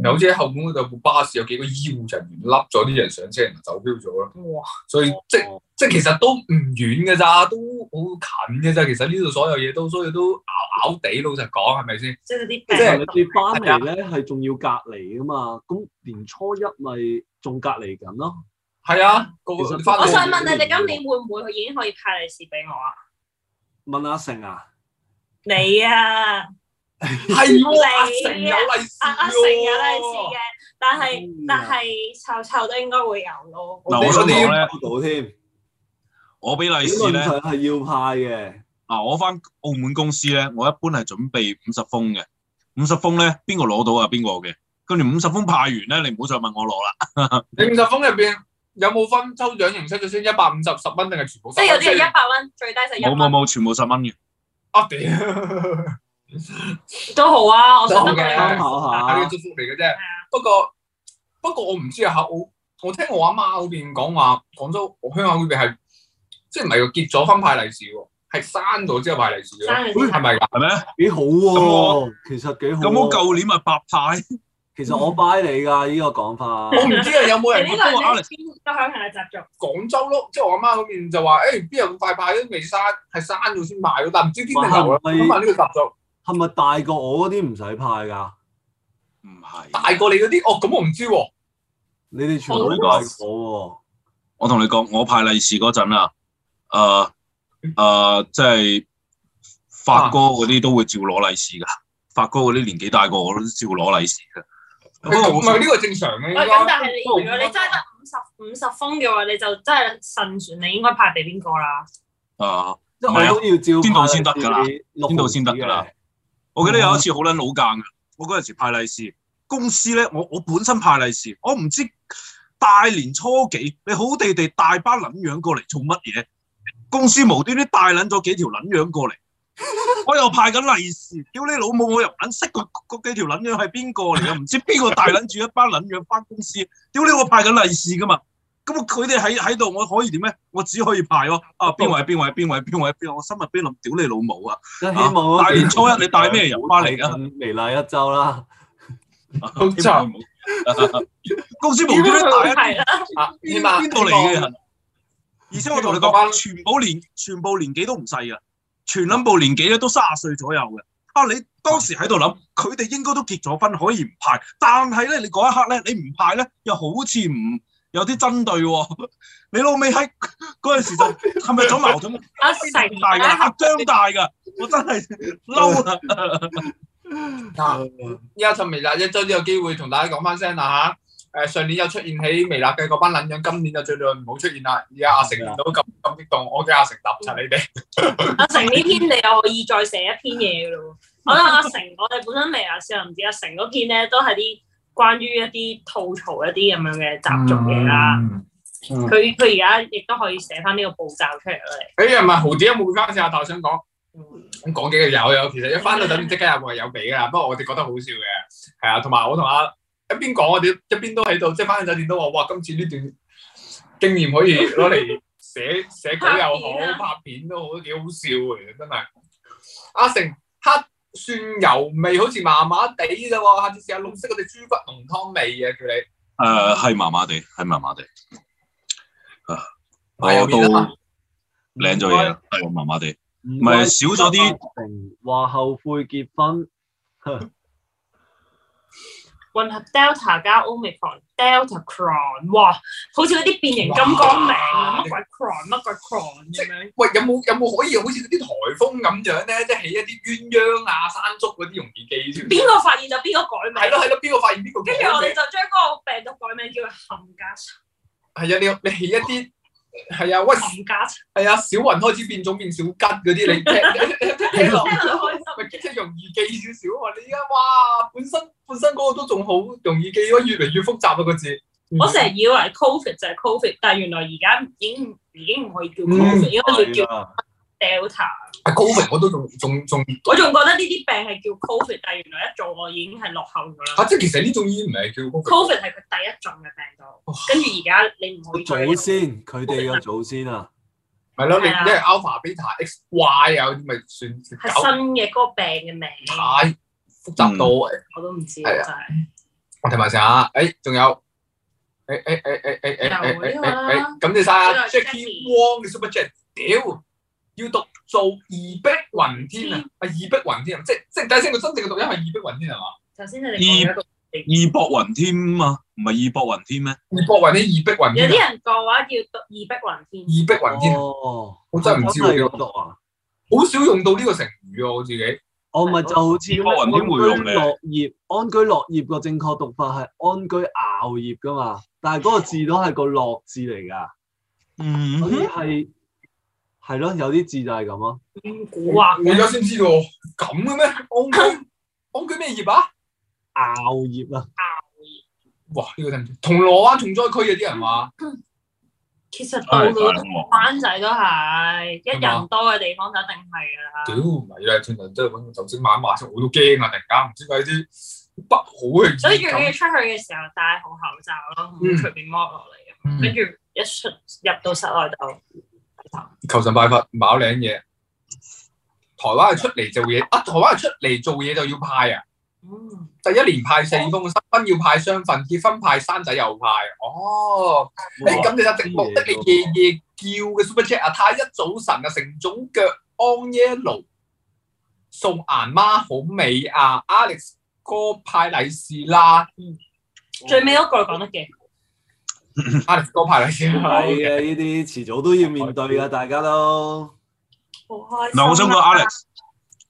Speaker 3: 然後好似喺後門嗰度有部巴士有幾個醫護人員笠咗啲人上車，然後走標咗啦。
Speaker 4: 哇！
Speaker 3: 所以即即係其實都唔遠嘅咋，都好近嘅咋。其實呢度所有嘢都，所以都拗拗地。老實講係咪先？
Speaker 4: 即係啲
Speaker 3: 即
Speaker 4: 病
Speaker 3: 係
Speaker 2: 係你翻嚟咧係仲要隔離噶嘛，咁年初一咪仲隔離緊咯。
Speaker 3: 係啊，個
Speaker 2: 其實
Speaker 3: 翻到
Speaker 4: 我想問你哋今年會唔會已經可以派利是俾我啊？
Speaker 2: 問阿成啊，
Speaker 4: 你啊，
Speaker 3: 係喎，阿成有利是
Speaker 4: 阿阿啊成有利是
Speaker 3: 喎
Speaker 4: 嘅，但
Speaker 1: 哎
Speaker 4: 係
Speaker 2: 嗯
Speaker 4: 但係臭臭都應該會有咯。
Speaker 1: 嗱，
Speaker 3: 我
Speaker 1: 我想
Speaker 3: 哋
Speaker 1: 講咧，
Speaker 2: 收到添，
Speaker 1: 我俾利
Speaker 2: 理
Speaker 1: 是
Speaker 2: 論
Speaker 1: 咧，
Speaker 2: 上係要派嘅。
Speaker 1: 嗱，我翻澳門公司咧，我一般係準備五十封嘅，五十封咧，邊個攞到啊，邊個嘅，跟住五十封派完咧，你唔好再問我攞啦，
Speaker 3: 你五十封入邊有冇分抽獎形式嘅先？一百五十十蚊定係全部10
Speaker 4: 即係
Speaker 3: 蚊先？
Speaker 4: 有啲係一百蚊，最低就一
Speaker 1: 冇冇
Speaker 4: 蚊
Speaker 1: 冇，全部十蚊嘅，
Speaker 3: 啊屌！
Speaker 4: 都好啊！我
Speaker 3: 都
Speaker 4: 想
Speaker 3: 好
Speaker 4: 得
Speaker 3: 嘅
Speaker 4: 佢
Speaker 2: 參
Speaker 4: 有
Speaker 2: 考
Speaker 3: 打呢
Speaker 2: 下
Speaker 3: 個，祝福嚟嘅啫。
Speaker 4: 啊
Speaker 3: 不過不過我唔知啊嚇，我我聽我阿媽嗰邊講話，廣州我鄉下嗰邊係即係唔係話結咗婚派利是喎，係生咗之後派利是
Speaker 4: 生
Speaker 3: 嘅，
Speaker 4: 日
Speaker 3: 係咪㗎？
Speaker 1: 係咪？
Speaker 2: 幾好
Speaker 1: 咁
Speaker 2: 喎，其實幾好
Speaker 1: 咁我
Speaker 3: 哦
Speaker 2: 喎。
Speaker 1: 舊年咪白派，
Speaker 2: 其實我 buy 你㗎呢個講法，
Speaker 3: 我唔知啊，有冇人
Speaker 4: 你呢個係
Speaker 1: 不過 Alex-
Speaker 4: 邊個鄉下嘅習俗？
Speaker 3: 廣州咯？即係我阿媽嗰邊就話，誒邊有咁快派都未生，係生咗先派咯，但唔知邊度流啦。
Speaker 2: 哇
Speaker 3: 咁啊呢個習俗
Speaker 2: 係咪大過我嗰啲唔使派㗎？
Speaker 1: 唔係
Speaker 3: 大過你嗰啲，哦咁我唔知喎。
Speaker 2: 你哋全部都大過我
Speaker 1: 我同你講，我派利是嗰陣啊，誒、誒、即係發哥嗰啲都會照攞利是噶，發哥嗰啲年紀大過我都照攞利是噶。不過
Speaker 3: 唔
Speaker 1: 我
Speaker 3: 係呢個正常嘅
Speaker 4: 喂，
Speaker 3: 應該。
Speaker 4: 哦咁但係你如果
Speaker 3: 不過
Speaker 4: 你真係得五十五十封嘅話，你就真係慎選，你應該派俾邊個啦？
Speaker 1: 啊，
Speaker 2: 喎，即係我都要照
Speaker 1: 邊度先得㗎啦
Speaker 2: 啦
Speaker 1: 邊度先得㗎啦。我記得有一次好撚老間嘅，我嗰陣時派利是，公司咧我我本身派利是，我唔知大年初幾，你好地地大班撚樣過嚟做乜嘢？公司無端端帶撚咗幾條撚樣過嚟，我又派緊利是，屌你老母！我又唔撚識佢嗰幾條撚樣係邊個嚟嘅，唔知邊個帶撚住一班撚樣翻公司，屌你我派緊利是噶嘛！咁佢哋喺喺度，我可以點咧？我只可以派咯。啊，邊位邊位邊位邊位邊位？我心入邊諗，屌你老母啊！
Speaker 2: 即係希望
Speaker 1: 大年初一你帶咩人
Speaker 2: 啊
Speaker 1: 翻嚟啊㗎？
Speaker 2: 嚟嚟一周啦，
Speaker 3: 好慘
Speaker 1: 公司無端端大
Speaker 4: [laughs]
Speaker 1: 一
Speaker 4: 係啦，
Speaker 3: 啊
Speaker 1: 邊
Speaker 3: 起碼
Speaker 1: 邊度嚟嘅人？而且我同你
Speaker 3: 希望
Speaker 1: 講，全部年全部年紀都唔細噶，全撚部年紀咧都卅歲左右嘅。啊，你當時喺度諗，佢哋應該都結咗婚，可以唔派。但係咧，你嗰一刻咧，你唔派咧，又好似唔有啲針對喎。你老尾喺嗰陣時就係咪咗矛
Speaker 3: [laughs]
Speaker 1: 盾？
Speaker 4: 阿成
Speaker 1: 大㗎，
Speaker 4: 啊
Speaker 1: 阿張大㗎，我真係嬲啊啦！
Speaker 3: 嗱，啊依家趁微辣一周都有機會同大家講翻聲啦嚇。誒上年有出現喺微辣嘅嗰班撚樣，今年就盡量唔好出現啦。而家阿成見到咁咁激動，我叫阿成答柒你哋。
Speaker 4: 阿成呢篇你又可以再寫一篇嘢噶
Speaker 1: [laughs]
Speaker 4: 咯喎。我覺得阿成，我哋本身未啊，少林寺阿成嗰篇咧，都係啲關於一啲吐槽一啲咁樣嘅習俗嘢啦。
Speaker 3: 嗯
Speaker 4: 佢佢而家亦都可以寫翻呢個步驟出嚟咯。
Speaker 3: 誒唔係豪啲有冇翻先啊？但我想講，咁講幾句有有，其實一翻到酒店即刻有個有俾㗎啦。不過我哋覺得好笑嘅，係啊，同埋我同阿一邊講，我哋一邊都喺度，即係翻到酒店都話：哇，今次呢段經驗可以攞嚟寫寫稿又好，
Speaker 4: 拍片啊
Speaker 3: 拍片都好，都幾好笑嘅，真係。阿成黑蒜油味好似麻麻地啫喎，下次試下綠色嗰隻豬骨濃湯味啊，叫你。
Speaker 1: 誒呃係麻麻地，係麻麻地。啊，
Speaker 3: 買入
Speaker 1: 我都
Speaker 3: 面啦
Speaker 1: 領咗嘢啦，係麻麻地。
Speaker 2: 唔
Speaker 1: 咪少咗啲。
Speaker 2: 話後悔結婚，
Speaker 4: 混合 Delta 加 Omicron，Delta Cron，哇，好似嗰啲變形金剛名啊，乜鬼 Cron，乜鬼 Cron 咁樣。
Speaker 3: 喂，有冇有冇可以好似嗰啲颱風咁樣咧，即係起一啲鴛鴦啊、山竹嗰啲容易記住？
Speaker 4: 邊個發現就邊個改
Speaker 3: 係
Speaker 4: 名，
Speaker 3: 咯係咯，邊個發現邊個
Speaker 4: 跟住我哋就將嗰個病毒改名叫佢冚家鏟
Speaker 3: 係啊，你你起一啲係啊，喂
Speaker 4: 冚家鏟，
Speaker 3: 係啊，小雲開始變種變小吉嗰啲，你
Speaker 4: [laughs]
Speaker 3: 聽聽落
Speaker 4: 聽落去開心。
Speaker 3: 咪即係容易記少少喎。你而家哇，本身本身嗰個都仲好容易記咯，越嚟越複雜啊個字。
Speaker 4: 我成日以為 Covid 就係 Covid，但係原來而家已經已經唔可以叫
Speaker 3: 嗯
Speaker 4: Covid，應該要叫 Delta。
Speaker 3: 啊高明我都仲仲仲
Speaker 4: 我仲覺得呢啲病係叫 Covid，但係原來一做我已經係落後咗啦。
Speaker 3: 啊，即係其實呢種已經唔係叫高
Speaker 4: Covid 係佢第一種嘅病毒，跟住而家你唔可以
Speaker 2: 祖
Speaker 4: 再。
Speaker 2: 先佢哋嘅祖先啊，
Speaker 3: 係咯，你
Speaker 4: 係啊
Speaker 3: 因為 alpha、beta、x、y 啊嗰啲咪算
Speaker 4: 係
Speaker 3: 搞
Speaker 4: 新嘅嗰個病嘅名，
Speaker 3: 太複雜到，
Speaker 4: 我都唔知啊
Speaker 3: 係
Speaker 4: 真
Speaker 3: 啊
Speaker 4: 係。
Speaker 3: 我睇埋先啊！誒，仲有哎誒誒誒誒誒誒誒
Speaker 4: 有
Speaker 3: 誒
Speaker 4: 呢個啦
Speaker 3: 誒，感謝晒
Speaker 4: 啊呢
Speaker 3: 啊
Speaker 4: 個係
Speaker 3: Jackie
Speaker 4: Jackie
Speaker 3: Wong 嘅 Super Chat，屌！要讀做義碧雲天啊！啊，義碧雲天啊！即即等陣先，個真正嘅讀音係義碧雲啊天係嘛？
Speaker 4: 頭先你哋講咗一個
Speaker 1: 義薄雲天啊嘛，唔係義薄雲天咩？
Speaker 3: 義博雲天、義碧
Speaker 4: 有
Speaker 3: 雲天啊、
Speaker 4: 啲人講話要讀義碧雲天，
Speaker 3: 義碧雲天啊，
Speaker 2: 哦，
Speaker 3: 我真係唔知喎
Speaker 2: 係
Speaker 3: 呢
Speaker 2: 咁讀啊！
Speaker 3: 個，好少用到呢個成語啊！我自己
Speaker 2: 我咪就好似咩
Speaker 1: 我
Speaker 2: 安
Speaker 1: 雲
Speaker 2: 居
Speaker 1: 天會用嘅
Speaker 2: 樂業，安居樂業個正確讀法係安居熬業噶嘛，但係嗰個字都係個樂字嚟㗎，
Speaker 1: 嗯
Speaker 2: 所以係係咯，有啲字就係咁咯。
Speaker 4: 古惑
Speaker 3: 我而家先知道喎咁嘅咩？
Speaker 4: 啊
Speaker 3: 安居安居咩業啊？
Speaker 2: 熬業啊，
Speaker 3: 哇！呢個真係唔知銅鑼灣重災區有啲人話
Speaker 4: 其實到
Speaker 1: 係
Speaker 4: 到
Speaker 1: 大鑊
Speaker 4: 灣仔都係一
Speaker 3: 係嘛
Speaker 4: 人多嘅地方就一定係㗎啦。
Speaker 3: 屌唔係啦，最近真係揾個酒精買買我都驚啊！突然間唔知點解啲不好嘅
Speaker 4: 所以如
Speaker 3: 預
Speaker 4: 果要
Speaker 3: 感，
Speaker 4: 出去嘅時候戴好口罩咯，唔好
Speaker 3: 嗯
Speaker 4: 隨便剝落嚟。跟
Speaker 3: 嗯
Speaker 4: 住一出入到室內就
Speaker 3: 求神拜佛買兩嘢。台灣係出嚟做嘢啊！台灣係出嚟做嘢就要派啊！
Speaker 4: 嗯
Speaker 3: 第一年派四封，新婚要派雙份，結婚派生仔又派。哦，誒咁你就直播得你夜夜叫嘅 super chat 啊！太一早晨啊，成種腳 on yellow，送顏媽好美啊！Alex 哥派利是啦
Speaker 4: 最尾嗰句講得幾好，
Speaker 3: ，Alex 哥派利是啦。
Speaker 2: 係啊，呢啲遲早都要面對㗎，大家都。
Speaker 4: 好開心啊。
Speaker 1: 嗱，我想講 Alex，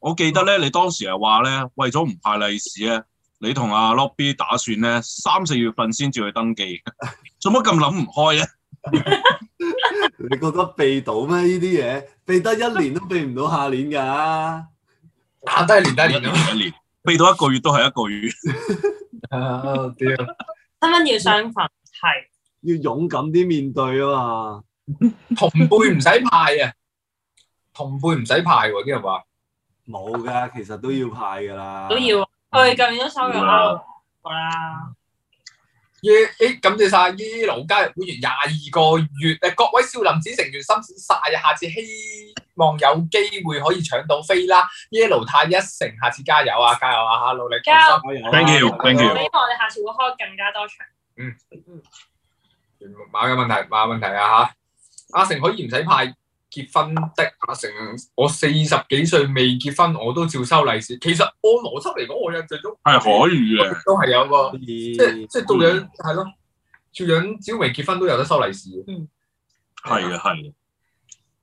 Speaker 1: 我記得咧，你當時係話咧，為咗唔派利是咧，你同阿 Lobby 打算咧三四月份先至去登記， [laughs] 做乜咁諗唔開咧？
Speaker 2: 你覺得避到咩？呢啲嘢避得一年都避唔到下年㗎。
Speaker 3: 打低連低連啊！
Speaker 1: 一年避到一個月都係一個月，
Speaker 3: 啊屌！
Speaker 4: 身份要雙份係
Speaker 2: 要勇敢啲面對啊嘛。
Speaker 3: 同輩唔使派啊，同輩唔使派喎，啲人話
Speaker 2: 冇㗎，其實都要派㗎啦。
Speaker 4: 都要。我哋舊年都收
Speaker 1: 嗯
Speaker 4: 咗啦，好啦，
Speaker 3: 耶！誒感謝晒耶魯加入會員廿二個月誒，各位少林寺成員辛苦晒啊！下次希望有機會可以搶到飛啦！耶魯太一城，下次加油啊！加油啊！努力
Speaker 4: 加油
Speaker 2: 加
Speaker 3: 開
Speaker 2: 油啊
Speaker 1: Thank you，
Speaker 4: 我
Speaker 1: thank
Speaker 4: 希
Speaker 1: you
Speaker 4: 望我哋下次會開更加多場。
Speaker 3: 心！冇嘅問題，冇問題啊嚇！阿成可以唔使派結婚的，阿成我四十幾歲未結婚，我都照收利是。其實按邏輯嚟講，我印象中
Speaker 1: 係可以嘅。
Speaker 3: 都係有個。即係
Speaker 2: 即
Speaker 3: 即係到樣係咯，照樣只要未結婚都有得收利是嘅。
Speaker 1: 係嘅，係啊嘅，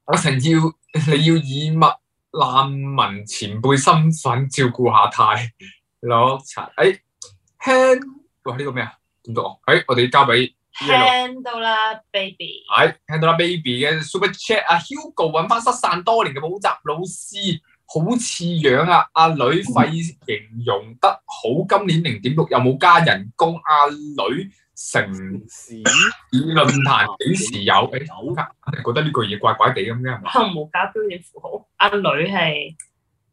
Speaker 3: 阿成要你要以物難民前輩身份照顧下太攞茶。誒 hand，哇呢個咩啊？點讀啊？誒我哋交俾
Speaker 4: handle 啦，baby。
Speaker 1: 啊
Speaker 3: 誒 hand 到啦 baby 嘅 super chat 啊 Hugo 揾翻失散多年嘅補習老師。好似樣啊！阿女費形容得好，今年零點六有冇加人工？阿女成
Speaker 2: 時
Speaker 3: 論壇幾時有？誒，
Speaker 2: 有
Speaker 3: 覺得呢句嘢怪怪地咁嘅係嘛？
Speaker 4: 可能冇啊搞標點符號，阿女係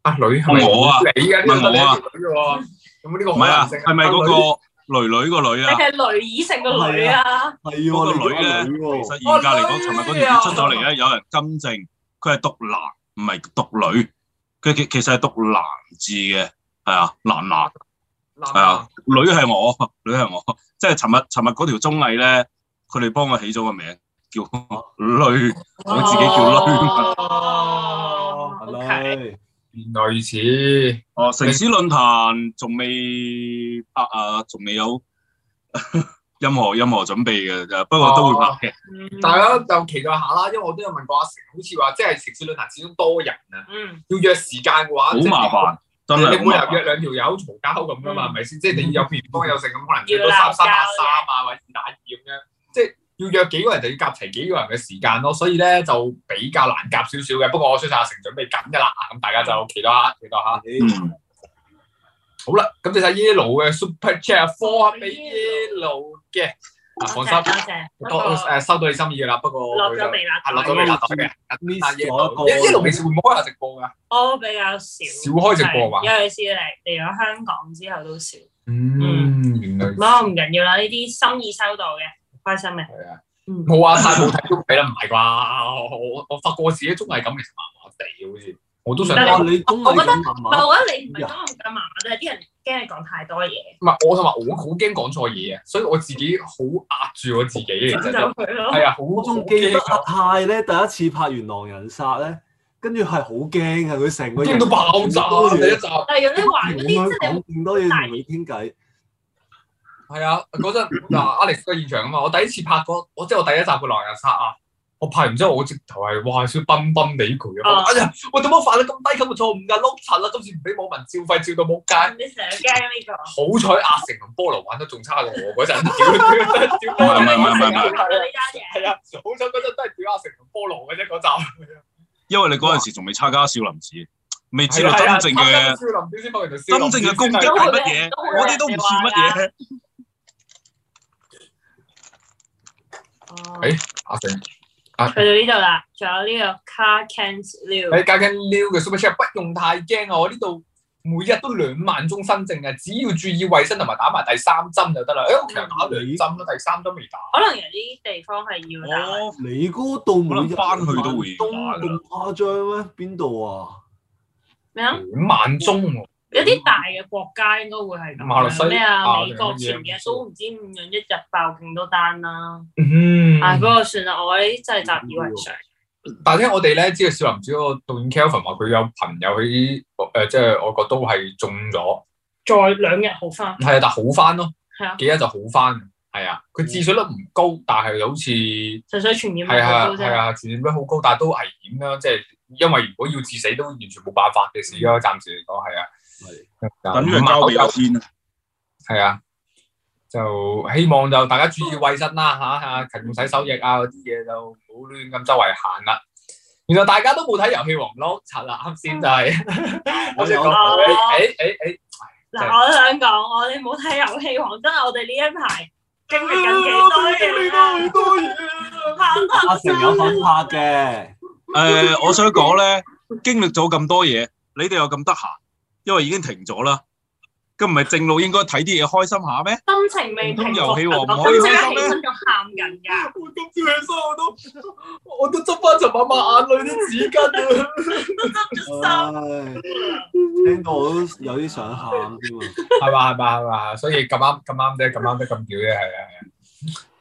Speaker 3: 阿女係咪
Speaker 1: 我啊
Speaker 3: 你啊，呢
Speaker 1: 唔係
Speaker 3: 個得你
Speaker 1: 我
Speaker 3: 一
Speaker 1: 啊
Speaker 3: 條女嘅喎。咁呢個
Speaker 1: 唔係啊，
Speaker 3: 可能性
Speaker 1: 係咪嗰個女女個女
Speaker 4: 你
Speaker 1: 啊？
Speaker 4: 係女兒成個女啊，
Speaker 2: 係喎，
Speaker 1: 嗰個
Speaker 2: 你
Speaker 1: 女咧
Speaker 2: 女
Speaker 1: 其
Speaker 2: 喎
Speaker 1: 實嚴格嚟講，尋日嗰條片出咗嚟咧，有人更正，佢係讀男，唔係讀女，佢其其實係讀男字嘅，係啊，男男。
Speaker 3: 男
Speaker 1: 係啊，女係我，女係我，即係尋日尋日嗰條綜藝咧，佢哋幫我起咗個名叫女，
Speaker 3: 哦
Speaker 1: 我自己叫女。啊
Speaker 4: 哦
Speaker 2: 係
Speaker 4: OK，
Speaker 2: 咪？
Speaker 3: 原來如此。
Speaker 1: 哦，城市論壇仲未拍啊，仲未有 [laughs] 任何任何準備嘅，就不過都會拍嘅。
Speaker 4: 嗯
Speaker 3: 大家就期待下啦，因為我都有問過阿成，好似話即係城市論壇始終多人啊，
Speaker 4: 嗯，
Speaker 3: 要約時間嘅話，
Speaker 1: 好麻煩，真
Speaker 3: 你
Speaker 1: 係
Speaker 3: 哦你
Speaker 1: 好
Speaker 3: 每
Speaker 1: 麻
Speaker 3: 日約
Speaker 1: 煩。
Speaker 3: 兩條友嘈交咁噶
Speaker 4: 嗯
Speaker 3: 嘛，係咪先？即係你要有辯方有剩咁，可能最多三三打三啊，或者二打二咁樣。即係要約幾個人就要夾齊幾個人嘅時間咯，所以咧就比較難夾少少嘅。不過我相信阿成準備緊㗎啦，啊咁大家就期待下，期待下。
Speaker 1: 嗯，
Speaker 3: 好啦，咁就晒 Yellow 嘅 Super Chat 啊科俾 Yellow 嘅，啊放
Speaker 4: 多
Speaker 3: 心
Speaker 4: 謝，多謝，
Speaker 3: 多
Speaker 4: 多
Speaker 3: 誒收到你心意㗎啦。不過
Speaker 4: 落
Speaker 3: 佢
Speaker 4: 咗
Speaker 3: 就
Speaker 4: 未啦？
Speaker 3: 係落咗未啦，袋嘅。
Speaker 2: miss
Speaker 3: 但係 Yellow
Speaker 2: 咗一
Speaker 3: Yellow
Speaker 2: 個
Speaker 3: 平時會唔會開下直播㗎？
Speaker 4: 我比較少，
Speaker 3: 少開直播嘛
Speaker 4: 係尤其是嚟嚟咗香港之後都少。
Speaker 3: 嗯，原來
Speaker 4: 唔好唔緊要啦，呢啲心意收到嘅，開心嘅。
Speaker 3: 係啊，
Speaker 4: 嗯，
Speaker 3: 冇啊，太冇睇綜藝啦，唔係啩？我我發覺我自己綜藝感其實麻麻地，好似我都想
Speaker 4: 但係
Speaker 2: 哇！
Speaker 3: 講，
Speaker 2: 你綜藝咁麻
Speaker 4: 唔
Speaker 2: 麻
Speaker 4: 係，，我覺得你唔係裝咁麻麻，但係啲人驚你講太多嘢，
Speaker 3: 唔係我同埋我好驚講錯嘢啊，所以我自己好壓住我自己嘅，其
Speaker 4: 咁就
Speaker 3: 實就
Speaker 4: 佢咯。
Speaker 3: 係啊，好
Speaker 2: 我
Speaker 3: 好
Speaker 2: 仲記
Speaker 3: 驚
Speaker 2: 得
Speaker 3: 啊
Speaker 2: 阿泰咧，第一次拍完《狼人殺》咧，跟住係好驚啊！佢成個
Speaker 3: 驚
Speaker 2: 人
Speaker 3: 到爆炸啊第一集。
Speaker 4: 但係有啲玩嗰
Speaker 2: 咁
Speaker 4: 啲
Speaker 2: 樣
Speaker 4: 真係
Speaker 2: 講咁多嘢同佢傾偈，
Speaker 3: 係啊，嗰陣嗱 Alex 喺現場啊嘛，我第一次拍嗰，我即係我第一集嘅《狼人殺》啊，我拍完之後我直頭係哇少崩崩地攰啊！
Speaker 4: 啊
Speaker 3: 哎呀，我點解犯咗咁低級嘅錯誤㗎？碌柒啦！今次唔俾網民照肺照到冇街，
Speaker 4: 你成日驚呢個。
Speaker 3: 好彩阿成同菠蘿玩得仲差過我嗰陣，屌屌屌！
Speaker 1: 唔係唔係唔係唔係
Speaker 4: 呢單嘢。
Speaker 3: 係啊，好彩嗰陣都係屌阿成同菠蘿嘅啫嗰集。
Speaker 1: 因為你嗰陣時仲未參加少林寺，未知道
Speaker 3: 係啊
Speaker 1: 真正嘅
Speaker 3: 少林寺先發現到少
Speaker 1: 真
Speaker 3: 林
Speaker 1: 正
Speaker 3: 寺先
Speaker 1: 嘅攻擊
Speaker 3: 係
Speaker 1: 係乜嘢，我哋都唔算乜嘢。
Speaker 4: 哦
Speaker 3: 誒阿成。
Speaker 4: 去到呢度啦，仲有呢個 Car Cans
Speaker 3: 喺
Speaker 4: Liu，
Speaker 3: 加緊 new 嘅 super chat，不用太驚啊！我呢度每日都兩萬宗新症啊，只要注意衞生同埋打埋第三針就得啦。誒、哎我其實打兩針啦，第三針未打。
Speaker 4: 可能有啲地方係要打。
Speaker 3: 啊
Speaker 1: 我
Speaker 2: 你嗰度每日
Speaker 1: 可能翻去都會
Speaker 2: 東咁誇張咩？邊度啊？
Speaker 4: 咩啊？
Speaker 3: 兩萬宗喎，
Speaker 4: 有啲大嘅國家應該會係咁樣。
Speaker 3: 馬來西亞
Speaker 4: 咩啊？美國
Speaker 3: 定乜嘢
Speaker 4: 前日都唔知五樣一日爆勁多單啦。
Speaker 3: 嗯，
Speaker 4: 唉，不過算啦，我呢啲真係習以為常。
Speaker 3: 但係聽我哋咧，知道少林寺嗰個導演 Kelvin 話佢有朋友喺誒、即係外國都係中咗，
Speaker 4: 再兩日好翻，
Speaker 3: 係啊，但係好翻咯，
Speaker 4: 嗯係啊，
Speaker 3: 幾日就好翻，係啊，佢致死率唔高，但係好似
Speaker 4: 純粹傳
Speaker 3: 係
Speaker 4: 染率
Speaker 3: 啊
Speaker 4: 高
Speaker 3: 係
Speaker 4: 啫。
Speaker 3: 啊，傳染率好高，但係都危險啦，即係因為如果要致死都完全冇辦法嘅事咯，暫時嚟講係啊。
Speaker 2: 係
Speaker 1: 等於係交俾阿哦天啊，
Speaker 3: 系啊，就希望就大家注意衛生啦吓吓，勤用洗手液啊嗰啲嘢就唔好亂咁周圍行啦。原來大家都冇睇《遊戲王》咯，柒啦，啱先就係嗯 [laughs] 我先講，
Speaker 4: 我有
Speaker 3: 誒誒誒
Speaker 4: 嗱，我想講，我哋冇睇遊戲王，真係我哋呢一排經歷緊幾多
Speaker 3: 哎
Speaker 4: 嘢啦。
Speaker 3: 多嘢，啊
Speaker 2: 阿成有份拍
Speaker 1: 誒，我想講咧，經歷咗咁多嘢，你哋又咁得閒，因為已經停咗啦。咁唔係正路應該睇啲嘢開心下咩？
Speaker 4: 心情未平
Speaker 1: 唔通
Speaker 4: 復，
Speaker 1: 遊戲王唔
Speaker 4: 我
Speaker 1: 可以
Speaker 4: 今朝
Speaker 1: 開心
Speaker 4: 一
Speaker 1: 咩
Speaker 4: 起身就喊緊㗎。
Speaker 3: 我咁少氣所以我都我都執翻尋晚抹眼淚啲紙巾啊。
Speaker 2: 嘅，唉聽到我都有啲想喊添啊！
Speaker 3: 係嘛係嘛係嘛，所以咁啱咁啱啫，咁啱得咁巧啫，係啊係啊。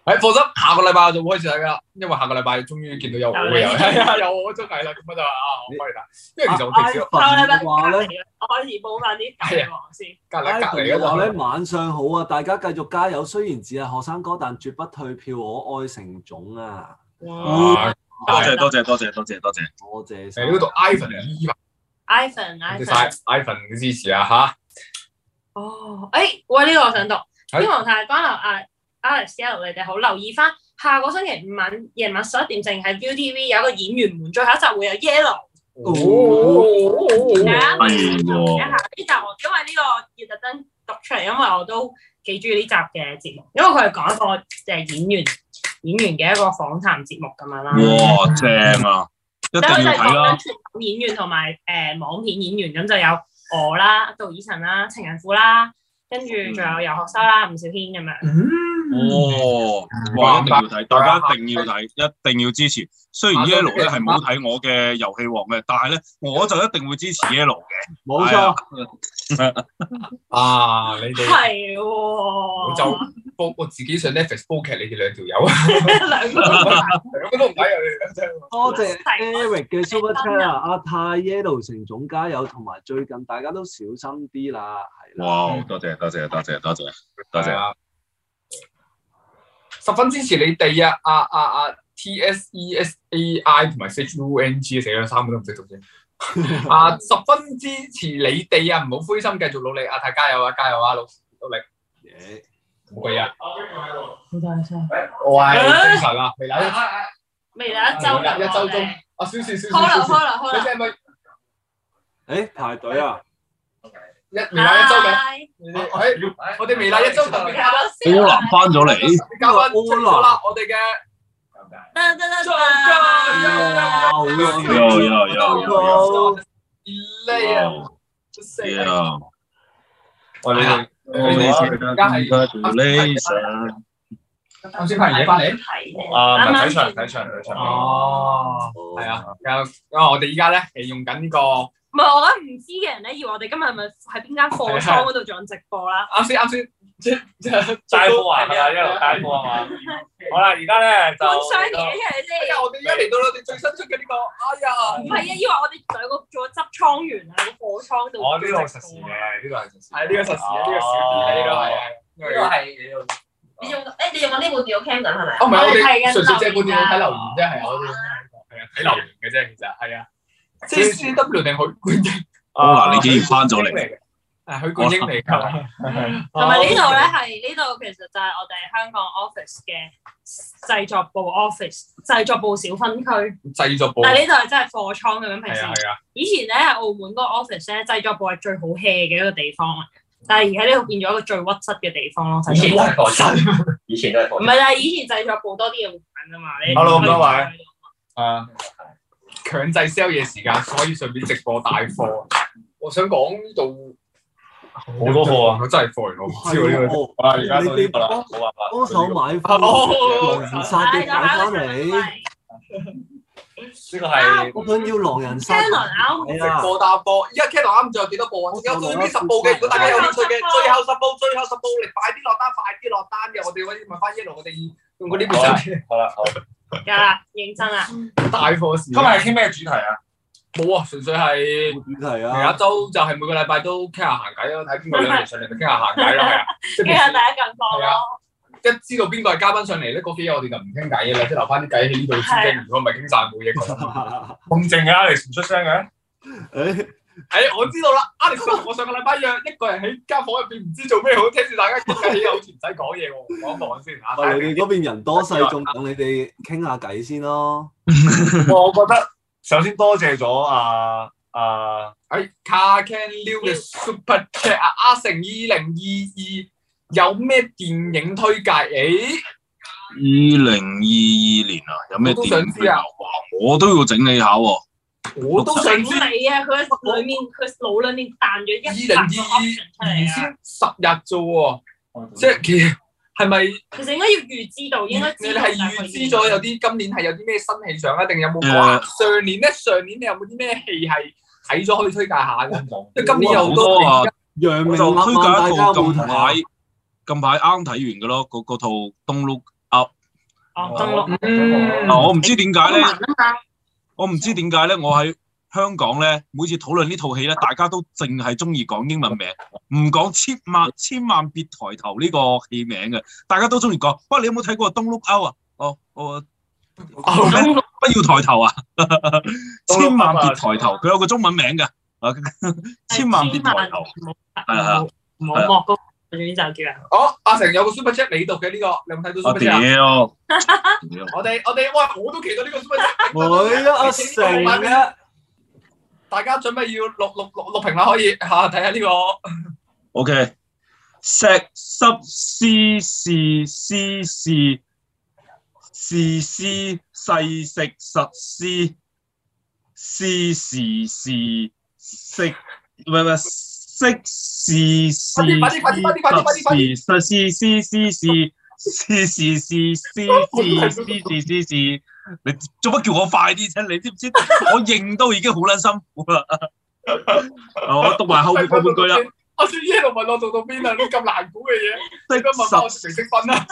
Speaker 3: 誒放心，下個禮拜我就會開始睇㗎啦，因為下個禮拜終於見到有我嘅
Speaker 4: 有
Speaker 3: 遊
Speaker 4: 你
Speaker 3: 戲， [laughs] 係啊有我嗰出係啦，咁我就話啊我幫你打，因為其實我平時
Speaker 4: 下個禮拜
Speaker 2: iPhone 嘅話咧。
Speaker 4: 我開始補翻啲遊戲王先。
Speaker 3: 隔離隔離
Speaker 2: Ivan 嘅話
Speaker 3: 嗰
Speaker 2: 咧，
Speaker 3: 度，
Speaker 2: 晚上好啊！大家繼續加油，雖然只係學生哥，但絕不退票。我愛成總啊！
Speaker 1: 哇
Speaker 3: 啊
Speaker 1: 多謝多謝多謝多謝多謝。
Speaker 2: 多謝晒
Speaker 3: 誒呢度 Ivan 依文，
Speaker 4: Ivan
Speaker 3: 多謝晒
Speaker 4: Ivan，
Speaker 3: Ivan 嘅支持啊嚇，
Speaker 4: 哦，誒，喂，呢個我想讀。
Speaker 3: 係
Speaker 4: 天王太關流啊，Alex 一路你哋好留意翻，下個星期五晚夜晚十一點正喺 ViuTV 有一個演員們最後一集會有 Yellow。大
Speaker 1: 哦
Speaker 4: 家可以留意一下呢集哎我，因為呢個要特登讀出嚟，因為我都幾中意呢集嘅節目，因為佢係講一個誒演員演員嘅一個訪談節目咁樣啦。
Speaker 1: 哇，正啊！一
Speaker 4: 但係佢
Speaker 1: 定
Speaker 4: 就
Speaker 1: 要
Speaker 4: 係
Speaker 1: 睇
Speaker 4: 講
Speaker 1: 啦
Speaker 4: 緊。傳統演員同埋誒網片演員，咁就有我啦、杜以晨啦、情人婦啦，跟住
Speaker 1: 嗯
Speaker 4: 仲有游學修啦、吳小軒咁樣。
Speaker 3: 嗯，
Speaker 1: 哦，哇，一定要睇，大家一定要睇，一定要支持。雖然 Yellow 咧係冇睇我嘅遊戲王嘅，但係咧我就一定會支持 Yellow 嘅。
Speaker 2: 冇
Speaker 1: 係啊
Speaker 2: 錯，
Speaker 3: 啊
Speaker 1: 嗯
Speaker 3: 你哋。
Speaker 4: 係喎，
Speaker 3: 就煲我自己上 Netflix 煲劇，你哋兩條友 [laughs] 啊，
Speaker 4: [laughs] 兩個都係
Speaker 3: 兩個都唔睇啊！你哋
Speaker 2: 多謝
Speaker 4: 係
Speaker 2: Eric 嘅 Super Chat 啊！阿泰 Yellow 成總加油，同埋最近大家都小心啲啦，係啦。
Speaker 1: 哇，多謝多謝多謝多謝多
Speaker 3: 係
Speaker 1: 謝。
Speaker 3: 啊！十分支持你哋啊！啊啊啊！T S E S A I 同埋 H U N G 死啦，三個都唔識 [laughs] 讀啫。啊！十分支持你哋啊！唔好灰心，繼續努力啊！大家加油啊！加油啊！努努力，
Speaker 2: 耶
Speaker 3: 好鬼啊！
Speaker 4: 好大聲，
Speaker 3: 我係精神啊！未來
Speaker 4: 未有一周
Speaker 3: 一周中
Speaker 4: 開
Speaker 3: 啊，少少少
Speaker 4: 啦
Speaker 3: 少
Speaker 4: 開
Speaker 3: 少，
Speaker 4: 啦開
Speaker 3: 你
Speaker 4: 啦，
Speaker 3: 係咪
Speaker 2: 誒排隊啊！
Speaker 3: 一未來一周嘅？
Speaker 4: Hi
Speaker 3: 你哋誒，我哋未來一周特別
Speaker 1: 柯南翻咗嚟，
Speaker 3: 嘉賓出咗啦！我哋嘅
Speaker 4: 得得得
Speaker 2: 哇，
Speaker 4: 啊
Speaker 2: 好
Speaker 1: 有
Speaker 3: 哎
Speaker 2: 笑
Speaker 1: 有有有
Speaker 3: delay 啊！
Speaker 1: 有。
Speaker 3: 我哋
Speaker 1: 哋
Speaker 3: 你哋而家係
Speaker 1: Congratulation！
Speaker 3: 啱先拍完嘢翻嚟
Speaker 4: 係
Speaker 5: 啊，唔
Speaker 4: 啱啱
Speaker 5: 係睇場睇場睇場。
Speaker 3: 哦，係啊，有因為我哋依家咧係用緊呢個
Speaker 4: 唔係我覺得唔知嘅人咧，以為我哋今日係咪喺邊間貨倉嗰度做緊直播啦？
Speaker 3: 啱先啱先即即
Speaker 5: 齋波啊，係啊，一路齋波啊嘛。好啦，而家咧就
Speaker 4: 半箱嘢出嚟
Speaker 3: 哎呀
Speaker 4: 先。
Speaker 3: 我哋而家嚟到啦，我哋最新出嘅呢個，哎
Speaker 4: 唔
Speaker 3: 呀，
Speaker 4: 係啊，以為我哋兩個做咗執倉員啊，喺貨倉度。
Speaker 5: 我呢度實時嘅，呢度係實時。
Speaker 3: 係呢個實時啊，呢個小 delay
Speaker 5: 哦
Speaker 3: 咯，係啊，因為
Speaker 6: 你用誒？你用緊呢部電腦 cam 緊係咪啊
Speaker 3: 哦，唔？係我
Speaker 4: 我哋睇緊
Speaker 3: 哋純粹即係觀眾睇留
Speaker 4: 留
Speaker 3: 言啫，係我哋係啊睇留言嘅啫，其實係啊，即係 C W 定許冠英
Speaker 1: 好嗱，你竟然翻咗嚟，
Speaker 3: 係啊許冠英嚟㗎，嗯
Speaker 4: 同埋呢度咧係呢度其實就係我哋香港 office 嘅製作部 office 製作部小分區，
Speaker 3: [laughs] 製作部
Speaker 4: 但
Speaker 3: 係
Speaker 4: 係呢度係真係貨倉咁樣平
Speaker 3: 啊
Speaker 4: 時。
Speaker 3: 係啊，
Speaker 4: 以前咧喺澳門嗰個 office 咧製作部係最好 hea 嘅一個地方嚟嘅，但係而家呢度變咗一個最屈質嘅地方咯。
Speaker 5: 以前
Speaker 4: 製
Speaker 5: 都
Speaker 4: 作
Speaker 5: 係貨真，以前都係
Speaker 4: 部唔
Speaker 5: 貨
Speaker 4: 係，但係以前製作部多啲嘢玩啊嘛。你
Speaker 5: Hello，咁多位
Speaker 3: 啊，強制 sell 嘢時間，所以順便直播帶貨。我想講呢度好
Speaker 5: 多貨啊，
Speaker 3: 真係貨嚟，我唔知喎呢個。
Speaker 2: 我
Speaker 5: 好啦，而家到呢個啦，冇辦法。
Speaker 2: 幫手買
Speaker 3: 好好好
Speaker 2: 貨，狼人殺
Speaker 4: 唉
Speaker 2: 嘅
Speaker 4: 就
Speaker 2: 買
Speaker 4: 喺
Speaker 2: 翻
Speaker 4: 我上
Speaker 2: 嚟，
Speaker 4: 面
Speaker 5: 呢個係
Speaker 2: 我想要狼人殺。
Speaker 4: Canon 啱
Speaker 2: 係
Speaker 3: 直
Speaker 2: 啊，
Speaker 3: 播打波，依家 Ken 啱仲有幾多部啊？仲有最尾十部嘅，如果大家有興趣嘅，最後十部，最後十部，你快啲落單，快啲落單嘅，我哋可以問翻 Yellow，我哋用嗰啲
Speaker 5: 好啦
Speaker 3: 叫做
Speaker 5: 好啦，好。
Speaker 4: 㗎啦，認真啊！
Speaker 3: 帶貨時
Speaker 5: 今日係傾咩主題啊？
Speaker 3: 哦冇啊，純粹係
Speaker 2: 主題
Speaker 3: 嚟下
Speaker 2: 啊，
Speaker 3: 周就係每個禮拜都傾下閒偈咯，睇邊個有嚟上嚟咪傾下閒偈啦， [laughs] 係啊，即
Speaker 4: 今日第一
Speaker 3: 係
Speaker 4: 近況咯，
Speaker 3: 一知道邊個係嘉賓上嚟咧，嗰幾日我哋就唔傾偈嘅啦，即係留翻啲偈喺呢度先傾，如果唔係傾晒冇嘢講。
Speaker 5: [laughs]
Speaker 3: 啊
Speaker 5: 咁靜嘅 Alex 唔出聲嘅，
Speaker 2: 誒，
Speaker 3: 誒，哎我知道啦，Alex，我上個禮拜約一個人喺間房入邊，唔知做咩好，聽住大家傾偈，好似唔使講嘢喎，講講先嚇。
Speaker 2: 喂你哋嗰邊人多勢眾，等你哋傾下偈先咯。
Speaker 5: 我覺得首先多謝咗啊啊
Speaker 3: 喺卡 Can 撩嘅 Super 哎 Chat 啊，阿成二零二二有咩電影推介？哎誒，
Speaker 1: 二零二二年啊，有咩
Speaker 3: 我都
Speaker 1: 電
Speaker 3: 想
Speaker 1: 影
Speaker 3: 知啊
Speaker 1: 哇我都要整理下喎。
Speaker 3: 我都
Speaker 4: 整
Speaker 3: 想知
Speaker 4: 你啊！佢喺裏面佢腦裏面彈咗
Speaker 3: 二
Speaker 4: 一
Speaker 3: 零
Speaker 4: 百個 option 出
Speaker 3: 二二二
Speaker 4: 嚟啊！
Speaker 3: 先十日啫喎，即係其實係咪
Speaker 4: 其實應該要預知到，應該
Speaker 3: 你
Speaker 4: 知道
Speaker 3: 係
Speaker 4: 大概
Speaker 3: 預知咗有啲今年係有啲咩新戲上啊？定有冇講啊？上年咧，上年你有冇啲咩戲係睇咗可以推介下嘅？即係今年有好多
Speaker 1: 好多
Speaker 2: 楊明
Speaker 1: 我
Speaker 2: 立
Speaker 1: 就推
Speaker 2: 啊，大
Speaker 1: 介
Speaker 2: 家
Speaker 1: 一套
Speaker 2: 有冇
Speaker 1: 近
Speaker 2: 睇啊
Speaker 1: 排？近排啱睇完嘅咯，嗰嗰套《Don't Look Up》
Speaker 4: 哦，登錄
Speaker 3: 嗯
Speaker 1: 嗱，我唔知點解
Speaker 4: 好
Speaker 1: 咧
Speaker 4: 難，啊嘛，
Speaker 1: 我唔知點解咧，我喺香港咧，每次討論呢套戲咧，大家都淨係中意講英文名，唔講千萬千萬別抬頭呢個戲名嘅，大家都中意講。喂，你有冇睇過《Don't Look Up》啊？哦，我
Speaker 3: 哦
Speaker 1: 咩不要抬頭啊！千萬別抬頭，
Speaker 5: 啊
Speaker 1: 佢有個中文名嘅，啊，千萬別抬頭。係啊
Speaker 4: 冇冇莫哥，總之就叫人
Speaker 3: 哦，阿成有個 super chat 你度嘅呢個，你有冇睇到
Speaker 1: 我
Speaker 3: super chat 啊？
Speaker 1: 屌！屌
Speaker 3: 我哋我哋哇，我都期待呢個 super chat。
Speaker 2: 喂，阿成啊，
Speaker 3: 大家準備要錄錄錄錄屏啦，可以嚇睇下呢個
Speaker 1: O K，石濕絲是絲是是絲細食實絲絲時時食唔係唔係色是是
Speaker 3: 快啲快啲快啲快啲快啲快啲快
Speaker 1: 實時實是是是是是是是是是是是是，你做乜叫我快啲啫？你知唔知？我認都已經好撚辛苦啦。 [laughs] 我讀埋後面嗰半句啦。。
Speaker 3: 阿雪耶度問我做到邊啊？啲咁難估嘅嘢，
Speaker 1: 的
Speaker 3: 你都問啊我
Speaker 1: 實
Speaker 3: 成識分啦。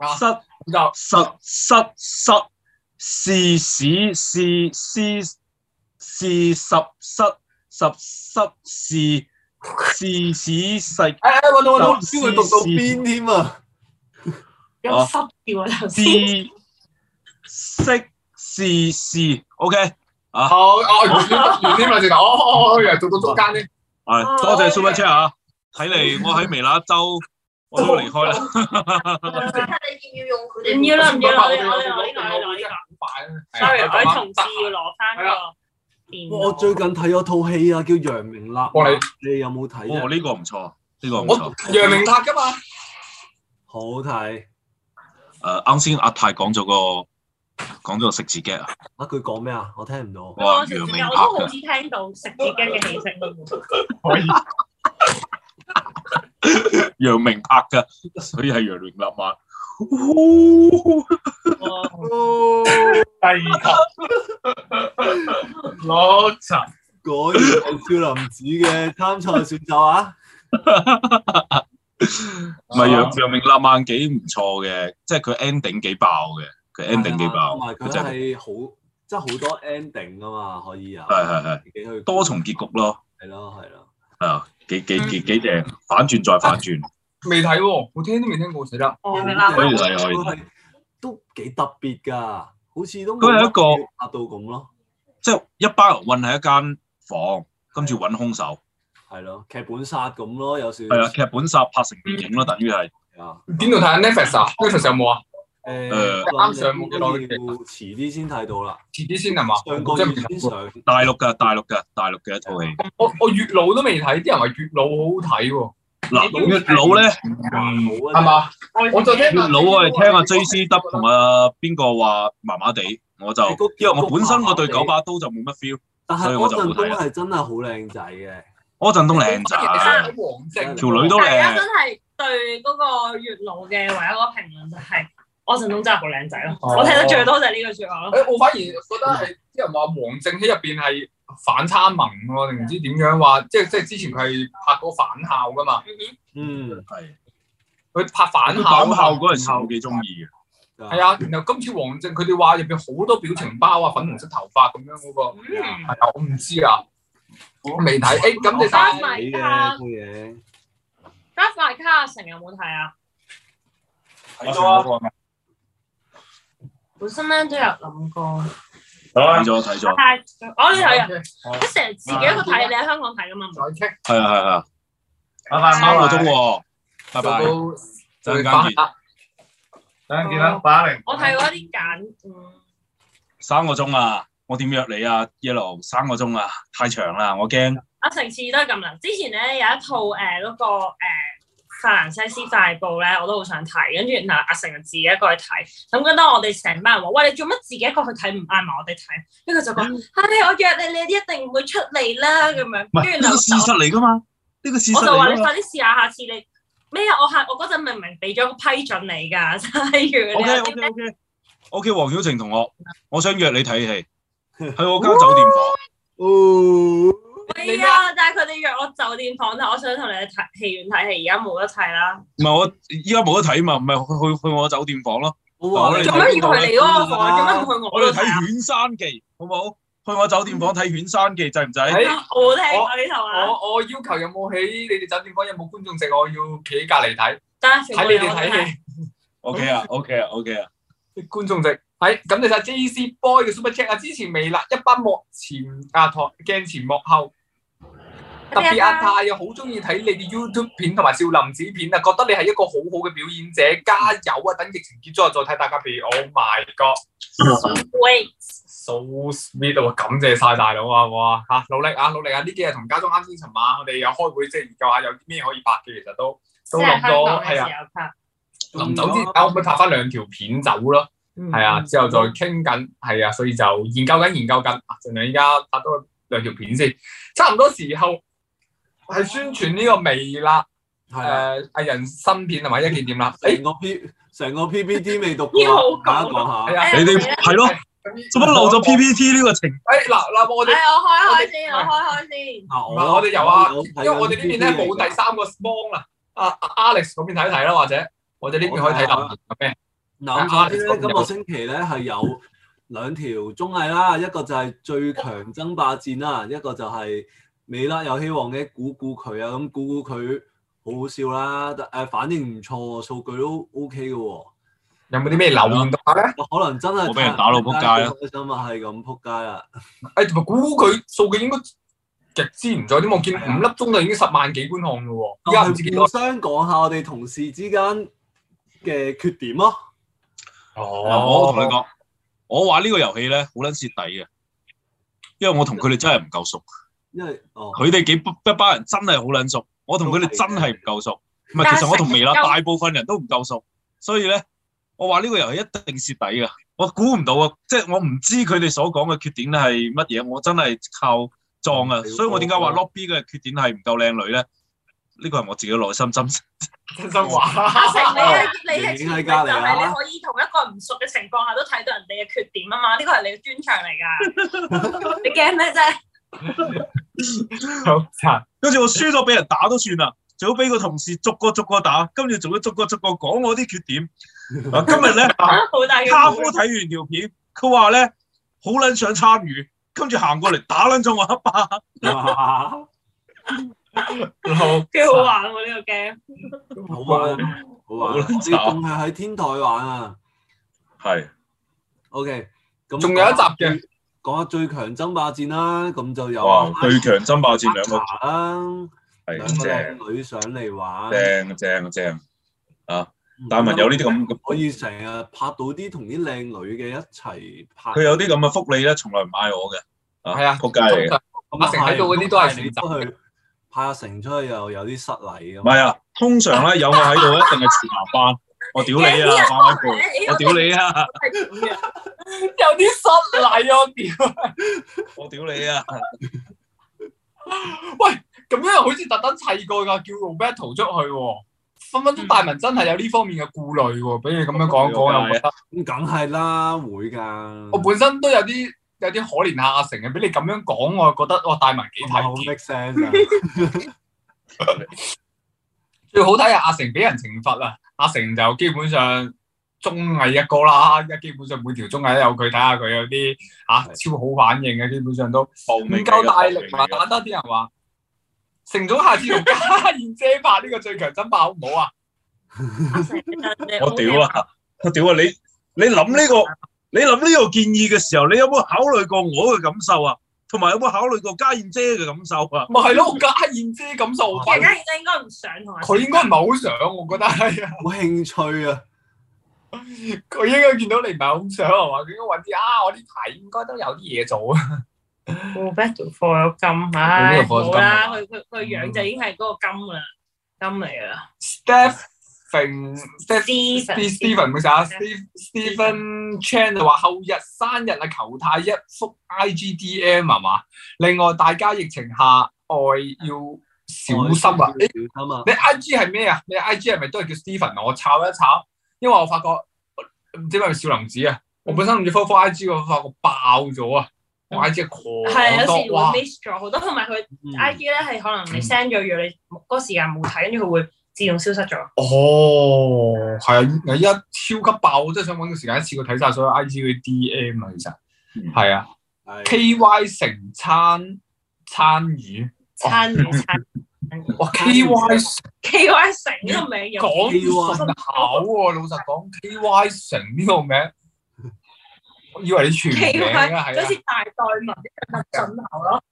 Speaker 1: 實
Speaker 3: 就
Speaker 1: 實實實是屎是是是十失十失是是屎
Speaker 3: [laughs]
Speaker 1: 食
Speaker 3: 誒誒揾到揾
Speaker 2: 我
Speaker 3: 到
Speaker 2: 唔知佢讀到邊添啊！
Speaker 4: 有濕掉啊頭先。
Speaker 1: 是色是是，OK，
Speaker 3: 哦哦，完添啦，直頭哦哦，又做到中間咧。哦
Speaker 1: 係多謝 Super Chat 啊！睇嚟我喺微辣州我都離開啦。
Speaker 6: 睇下你要唔要用佢哋
Speaker 4: 唔要啦，唔要啦，我哋
Speaker 3: 我哋
Speaker 4: 我
Speaker 3: 我
Speaker 4: 哋
Speaker 3: 哋
Speaker 4: 攞呢個，我哋攞呢
Speaker 3: 好快啊
Speaker 4: 個。sorry，我啲同事要攞翻個電腦。
Speaker 2: 我最近睇咗套戲啊，叫《楊明立》，
Speaker 3: 幫你
Speaker 2: 你有冇睇
Speaker 1: 哦，
Speaker 2: 啫？
Speaker 1: 呢個唔錯，呢個唔
Speaker 3: [laughs]
Speaker 1: 錯。
Speaker 3: 我楊明塔噶嘛，
Speaker 2: 好睇
Speaker 1: 誒，啱先阿泰講咗個講咗個食字 get 啊，
Speaker 2: 啊！佢講咩啊？我聽唔到。
Speaker 1: 哇，
Speaker 4: 我
Speaker 1: 楊
Speaker 4: 都
Speaker 1: 明拍
Speaker 4: 好
Speaker 1: 嘅。
Speaker 4: 似聽到食自己嘅氣息。
Speaker 3: 可以。
Speaker 1: 楊明拍噶，所以係楊明立馬。
Speaker 5: 低級攞層。
Speaker 2: 果然係少林寺嘅參賽選手啊！
Speaker 1: 唔係楊楊明立馬幾唔錯嘅，即係佢 ending 幾爆嘅，佢 ending 幾爆
Speaker 2: 同，埋佢
Speaker 1: 佢真係
Speaker 2: 係好，即係好多 ending 噶嘛，可以有
Speaker 1: 係係係
Speaker 2: 自己去
Speaker 1: 多重結局咯，
Speaker 2: 係咯係咯，
Speaker 1: 係啊，幾幾幾幾正，反轉再反轉，
Speaker 3: 未睇喎，我聽都未聽過，死啦！
Speaker 4: 我明
Speaker 2: 啦
Speaker 4: 啦，
Speaker 1: 可以睇可以睇，
Speaker 2: 係都幾特別㗎，好似都
Speaker 1: 佢係一個
Speaker 2: 冇拍到咁咯，
Speaker 1: 即係一班人混喺一間房，跟住揾兇手，
Speaker 2: 係咯劇本殺咁咯，有少
Speaker 1: 係啊，劇本殺拍成電影咯，等於係。
Speaker 2: 係啊
Speaker 3: 邊度睇啊？Netflix 啊？Netflix 有冇啊？
Speaker 2: 誒
Speaker 1: 誒
Speaker 2: 話
Speaker 3: 啱上冇幾耐嘅劇
Speaker 2: 要遲啲先睇到啦，
Speaker 3: 遲啲先係嘛？
Speaker 2: 上個
Speaker 3: 我真係
Speaker 2: 月
Speaker 3: 未睇
Speaker 2: 先
Speaker 3: 過
Speaker 2: 上，
Speaker 1: 大陸嘅，大陸嘅，大陸嘅一套戲。
Speaker 3: 我我月老都未睇，啲人話月老好好睇喎，
Speaker 1: 嗱，月老咧，
Speaker 2: 冇
Speaker 3: 係
Speaker 2: 啊，
Speaker 3: 嘛？我就聽
Speaker 1: 月老我係聽阿 J C W 同阿邊個話麻麻地，我就
Speaker 2: 你個
Speaker 1: 因為
Speaker 4: 啊
Speaker 1: 我本身我對
Speaker 2: 麻麻地
Speaker 1: 九把刀就冇乜 feel，
Speaker 2: 但
Speaker 1: 所
Speaker 2: 係
Speaker 1: 以我
Speaker 2: 柯
Speaker 1: 就冇
Speaker 2: 震
Speaker 1: 睇
Speaker 2: 東
Speaker 1: 啦
Speaker 2: 係真係好靚仔嘅，
Speaker 1: 柯震東靚仔，
Speaker 3: 王晶
Speaker 1: 條女都
Speaker 4: 大家
Speaker 1: 靚
Speaker 4: 真，係對嗰個月老嘅唯一一個評論就係柯震東真係好靚仔咯，
Speaker 3: 哦
Speaker 4: 我睇得最多就係呢句説話咯。
Speaker 3: 誒，我反而覺得
Speaker 1: 嗯
Speaker 3: 係啲人話王正喺入邊係反差萌喎，定唔知點樣話？即係即係之前佢係拍過反校噶嘛，
Speaker 2: 嗯，
Speaker 1: 係
Speaker 3: 佢拍反校
Speaker 1: 反校嗰陣時我幾中意嘅，
Speaker 3: 係啊，然後今次王正佢哋話入邊好多表情包啊，粉紅色頭髮咁樣嗰個，
Speaker 4: 嗯，
Speaker 3: 係啊，我唔知啊，我未睇。誒，咁你
Speaker 4: 加
Speaker 3: 睇
Speaker 2: 睇
Speaker 4: 埋
Speaker 2: 嘅
Speaker 4: 卡
Speaker 2: 套嘢，
Speaker 4: 加快卡阿成有冇睇啊？
Speaker 5: 睇咗啊，
Speaker 4: 本身咧都有諗過，
Speaker 1: 睇
Speaker 5: 睇咗
Speaker 1: 咗睇咗，
Speaker 4: 但係我呢睇啊，
Speaker 3: 再
Speaker 4: 你成日自己一個
Speaker 1: 啊
Speaker 4: 睇，你喺香港睇噶嘛？
Speaker 3: 傾
Speaker 1: 係啊係啊，
Speaker 5: 拜拜，
Speaker 1: 三個
Speaker 5: 拜
Speaker 1: 鐘喎，拜
Speaker 5: 拜，
Speaker 1: 拜，
Speaker 3: 就
Speaker 1: 陣
Speaker 3: 到
Speaker 1: 間見，
Speaker 5: 等陣見啦，八一零，
Speaker 4: 我睇過一啲簡，嗯，
Speaker 1: 三個鐘啊，我點約你啊，Yellow，三個鐘啊，太長啦，我驚，
Speaker 4: 阿成次都係咁啦。之前咧有嗯一套誒嗰個誒法蘭西斯快報咧，我都好想睇，跟住嗱阿成就自己一個去睇。咁跟當我哋成班人話：喂，你做乜自己一個去睇唔嗌埋我哋睇？跟住佢就講：唉，我約你，你一定唔會出嚟啦咁樣。
Speaker 1: 嗯唔係
Speaker 4: 跟
Speaker 1: 呢
Speaker 4: 住
Speaker 1: 個事
Speaker 4: 就
Speaker 1: 實嚟噶嘛，呢個事
Speaker 4: 我
Speaker 1: 實
Speaker 4: 就話
Speaker 1: 嚟
Speaker 4: 你
Speaker 1: 噶嘛，
Speaker 4: 快啲試下，下次你咩啊？我係我嗰陣明明俾咗個批准你㗎， [laughs] 例如
Speaker 1: O
Speaker 4: 你啊
Speaker 1: K
Speaker 4: 有
Speaker 1: O
Speaker 4: 啲
Speaker 1: K
Speaker 4: 咩
Speaker 1: O K O K，黃曉晴同
Speaker 4: 嗯
Speaker 1: 學，我想約你睇戲，喺我間酒店房。
Speaker 2: 哦，
Speaker 4: 會啊？但係佢哋約我酒店房，但係我想同你去睇戲院睇戲，而家冇得睇啦。
Speaker 1: 唔係我依家冇得睇嘛，唔係去去去我酒店房咯。
Speaker 2: 我話你
Speaker 4: 做乜要去你嗰個房？做乜唔
Speaker 2: 啊？
Speaker 4: 去
Speaker 1: 我
Speaker 4: 我
Speaker 1: 哋
Speaker 4: 嗰度
Speaker 1: 睇
Speaker 4: 睇啊
Speaker 1: 《犬山記》，好冇？去我酒店房睇《犬山記》，制唔制？
Speaker 3: 睇
Speaker 4: 我冇聽過呢套啊，
Speaker 3: 我我要求有冇喺你哋酒店房有冇觀眾席，我要企喺隔離睇
Speaker 4: 但係全部
Speaker 3: 睇你
Speaker 4: 有
Speaker 3: 哋
Speaker 4: 我
Speaker 3: 睇
Speaker 4: 睇。
Speaker 3: 戲。
Speaker 1: OK 啊，OK 啊，OK 啊，
Speaker 3: 觀眾席係咁，你睇 J.C. Boy 嘅 Super Chat 啊，之前微辣一班幕前啊台鏡前幕後，特
Speaker 4: 啊
Speaker 3: 別阿泰又好中意睇你嘅 YouTube 片同埋少林寺片啊，覺得你係一個好好嘅表演者，加油啊！等疫情結束後再睇大家片。Oh my
Speaker 4: Wait，
Speaker 3: god，so sweet 啊！感謝晒大佬啊！哇嚇，努力啊，努力啊！呢幾日同家中啱先尋晚我哋有開會，即係研究下有啲咩可以拍嘅，其實都
Speaker 4: 即
Speaker 3: 都
Speaker 4: 係香
Speaker 3: 諗
Speaker 4: 港
Speaker 3: 咗
Speaker 4: 嘅
Speaker 3: 係
Speaker 4: 時
Speaker 3: 啊。
Speaker 4: 候拍。
Speaker 1: 嗯
Speaker 3: 臨走之前，啊我咪拍翻兩條片走咯。係啊，
Speaker 4: 嗯
Speaker 3: 之後再
Speaker 1: 嗯
Speaker 3: 傾緊，係啊，所以就研究緊研究緊，啊盡量依家拍多兩條片先，差唔多時候係宣傳呢個微辣
Speaker 2: 係啊。
Speaker 3: 誒藝人新片同埋一件點啦，誒
Speaker 2: 成個 P 成個 PPT 未讀
Speaker 4: 呢個好講
Speaker 2: 過啊，大家講
Speaker 3: 係
Speaker 2: 下。
Speaker 3: 啊，
Speaker 1: 你哋係咯，做乜漏咗 PPT 呢個情？
Speaker 3: 誒嗱嗱我
Speaker 4: 係
Speaker 3: 哋
Speaker 4: 哎我開開先，我開開先。
Speaker 2: 嗱，
Speaker 3: 嗱我哋有啊
Speaker 2: 我
Speaker 3: 因為我哋呢邊咧冇第三個 spawn 啦，啊啊 Alex 嗰邊睇一睇啦，或者我哋呢邊可以睇留言嘅咩？
Speaker 2: 嗱，我哋咧今個星期咧係有兩條綜藝啦，一個就係最強爭霸戰啦，一個就係美啦有希望嘅估估佢啊，咁估估佢好好笑啦，誒反應唔錯，數據都 OK 嘅喎，
Speaker 3: 有冇啲咩留言到下咧？
Speaker 2: 可能真係
Speaker 1: 我俾人打到仆街啊
Speaker 2: 開心啊，係咁撲街啦，
Speaker 3: 誒哎同埋估佢數據應該極之唔錯，點我見五粒鐘就已經十萬幾觀看咯喎，依家唔知幾
Speaker 2: 係互
Speaker 3: 多。
Speaker 2: 相講下我哋同事之間嘅缺點咯。
Speaker 1: 哦我同你講，我話呢個遊戲咧好撚蝕底嘅，因為我同佢哋真係唔夠熟，
Speaker 2: 因為
Speaker 1: [laughs]
Speaker 2: 哦，
Speaker 1: 佢哋幾一班人真係好撚熟，我同佢哋真係唔夠熟。唔係，其實我同微辣大部分人都唔夠熟，所以咧，我話呢個遊戲一定蝕底㗎。我估唔到啊，即係我唔知佢哋所講嘅缺點咧係乜嘢，我真係靠撞啊。所以我點解話 Lobby 嘅缺點係唔夠靚女咧？呢個係我自己內心 [laughs] 真實。
Speaker 3: 真心話。
Speaker 4: 阿成，你
Speaker 3: 啊
Speaker 4: 嘅你嘅
Speaker 2: 影
Speaker 4: 潛
Speaker 2: 喺
Speaker 4: 力就
Speaker 2: 隔離啊
Speaker 4: 係你可以同一個唔熟嘅情況下都睇到人哋嘅缺點啊嘛，呢個係你嘅專長嚟㗎。
Speaker 3: [laughs]
Speaker 4: 你驚咩啫？
Speaker 3: 好慘
Speaker 1: 跟住我輸咗俾人打都算啦，最好俾個同事逐個逐個打，跟住仲要逐個逐個講我啲缺點。啊，今日咧，
Speaker 4: 好大嘅
Speaker 1: 卡夫
Speaker 4: 鼓勵
Speaker 1: 睇完條片，佢話咧好撚想參與，跟住行過嚟打撚咗我一巴。
Speaker 2: 哇
Speaker 3: 好
Speaker 4: 幾好玩喎呢個 game，
Speaker 2: 好玩啊，好玩
Speaker 1: 好
Speaker 2: 啊！我
Speaker 1: 撚
Speaker 2: 哋仲係喺天台玩啊。
Speaker 1: 係
Speaker 2: OK，咁
Speaker 3: 仲有一集嘅，
Speaker 2: 講下最強爭霸戰啦，咁就有啊
Speaker 1: 哇，最強爭霸戰兩個
Speaker 2: 個啦，
Speaker 1: 係
Speaker 2: 兩個
Speaker 1: 正
Speaker 2: 靚女上嚟玩，
Speaker 1: 正正正。大文有呢啲咁咁，
Speaker 2: 可以成日拍到啲同啲靚女嘅一齊拍。
Speaker 1: 佢有啲咁嘅福利咧，從來唔嗌我嘅。
Speaker 3: 係啊
Speaker 1: 仆街嚟嘅。
Speaker 2: 咁啊
Speaker 3: 阿成喺度嗰啲都係選擇
Speaker 2: 出去派阿成出去又有啲失禮
Speaker 1: 唔
Speaker 2: 咁。
Speaker 1: 係啊，通常咧有我喺度一定係全男班。我屌你啊，班
Speaker 4: [laughs]
Speaker 1: 威
Speaker 4: 哎
Speaker 1: 部，我屌你啊！
Speaker 3: 有啲失禮啊！屌，
Speaker 1: 我屌你啊！
Speaker 3: 咁樣好似特登砌過㗎，叫 Roberto 出去喎。分分鐘大文真係有呢方面嘅顧慮喎，俾你咁樣講講又覺得，
Speaker 2: 咁梗係啦，會㗎。
Speaker 3: 我本身都有啲有啲可憐下阿成嘅，俾你咁樣講，我又覺得哇大文幾
Speaker 2: 唔
Speaker 3: 體
Speaker 2: 係好
Speaker 3: 貼。
Speaker 2: make sense
Speaker 3: [laughs]
Speaker 2: 啊。
Speaker 3: 最好睇係阿成俾人懲罰啊！阿成就基本上綜藝一個啦，一基本上每條綜藝都有佢，睇下佢有啲啊超好反應嘅，基本上都唔
Speaker 1: 唔
Speaker 3: 夠大力啊嘛。打得啲人話，成總下次同家燕姐拍呢個最強爭霸好唔好啊？
Speaker 4: [laughs]
Speaker 1: 我屌啊！我屌啊！你你諗呢、個你諗呢個建議嘅時候，你有冇考慮過我嘅感受啊？同埋有冇考慮過家燕姐嘅感受啊？
Speaker 3: 哦咪係咯，家燕姐感受好
Speaker 4: 其實
Speaker 3: 低
Speaker 4: 家燕姐應該唔想同阿成
Speaker 3: 佢應該唔係好想，我覺得係啊，
Speaker 2: 好興趣啊！
Speaker 3: 佢應該見到你唔係好想係嘛？佢應該揾啲啊，我呢排應該都有啲嘢做啊。
Speaker 4: 冇 battle for 有金，唉，
Speaker 3: 冇
Speaker 4: 好
Speaker 3: battle for 啊嗯
Speaker 4: 啦，佢佢佢樣就已經係嗰個金㗎啦，金嚟㗎啦。
Speaker 3: Stephen Stephen
Speaker 4: Steven
Speaker 3: Stephen 冇錯 Stephen 啊 Chan 就話後日生日啊，求太一幅 IGDM 係啊嘛？另外大家疫情下外要小心啊！你
Speaker 2: 小心啊！
Speaker 3: 你 IG 係咩啊？你 IG 係咪都係叫 Stephen？我抄一抄，因為我發覺唔知係咪少林寺啊？我本身諗住科科 IG，我發覺爆咗啊！我 IG
Speaker 4: 嗯係有時
Speaker 3: 狂多哇嗯
Speaker 4: 會 miss 咗好多，同埋佢
Speaker 2: 嗯
Speaker 4: I G 咧係可能你 send 咗嘢，你嗰個時間冇睇，跟住佢會自動消失咗。
Speaker 3: 哦，係啊！我依家超級爆，我真係想揾個時間一次過睇晒所有 IG 嘅 DM 啊！其實
Speaker 1: 嗯
Speaker 3: 係啊。
Speaker 2: 係
Speaker 3: K Y 成餐餐魚，
Speaker 4: 餐與餐
Speaker 3: [laughs] 哇 K Y 成
Speaker 4: K Y 成呢個名又
Speaker 3: 講
Speaker 2: 講
Speaker 3: 啊順口喎，老實講 K Y 成呢個名，我以為你全
Speaker 4: K
Speaker 3: 名
Speaker 4: Y
Speaker 3: 啊，
Speaker 4: 好
Speaker 3: 係
Speaker 4: 似大代文咁順口咯。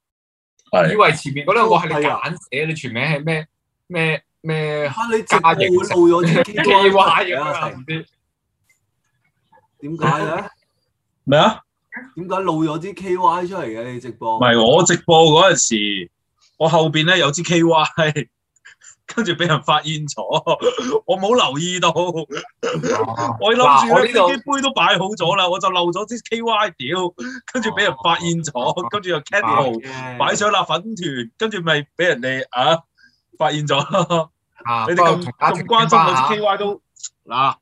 Speaker 3: 啊，以為前面嗰兩個係你
Speaker 2: 係啊
Speaker 3: 簡寫，你全名係咩咩咩
Speaker 2: 啊！你直播會露咗啲
Speaker 3: [laughs] K Y 咁
Speaker 2: 啊！
Speaker 3: 啊？
Speaker 2: 成
Speaker 3: 唔知
Speaker 2: 點解嘅？
Speaker 1: 咩啊？
Speaker 2: 點解露咗啲 K Y 出嚟嘅？你直播
Speaker 1: 唔係我直播嗰陣時，我後邊咧有支 K Y，跟住俾人發現咗，我冇留意到，我諗
Speaker 3: 哦嗱
Speaker 1: 住
Speaker 3: 我
Speaker 1: 咧飛
Speaker 3: 呢度
Speaker 1: 機杯都擺好咗啦，我就漏咗支 K Y 屌，跟住俾人發現咗，跟住又 c a t
Speaker 3: 啊
Speaker 1: l 擺上辣粉團，跟住咪俾人哋啊發現咗咯。
Speaker 3: 啊，
Speaker 1: 你哋
Speaker 3: 不過
Speaker 1: 咁
Speaker 3: 同家
Speaker 1: 咁
Speaker 3: 澄
Speaker 1: 關心
Speaker 3: 清
Speaker 1: 我
Speaker 3: 翻
Speaker 1: 啲 K Y 都嗱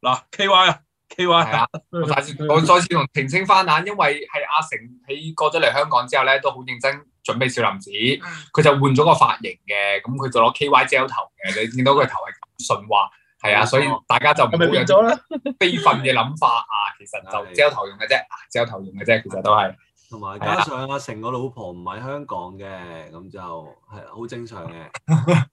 Speaker 1: 嗱 K Y 啊 K
Speaker 3: 嚇
Speaker 1: Y
Speaker 3: 係啊。
Speaker 1: [laughs]
Speaker 3: 我再次我再次同澄清翻眼，因為係阿成喺過咗嚟香港之後咧，都好認真準備少林寺，
Speaker 1: 嗯
Speaker 3: 佢就換咗個髮型嘅，咁佢就攞 K Y 膠頭嘅，你見到佢頭係咁順滑，係啊，所以大家就唔
Speaker 1: 係
Speaker 3: 好
Speaker 1: 哦咪
Speaker 3: 有
Speaker 1: 變
Speaker 3: 啲
Speaker 1: 咗咧？
Speaker 3: 非分嘅諗法啊，其實就膠頭用嘅啫，膠頭用嘅啫，其實都
Speaker 1: 啊
Speaker 3: 係
Speaker 2: 同埋加上阿成個老婆唔喺香港嘅，咁就係好正常嘅。
Speaker 3: 啊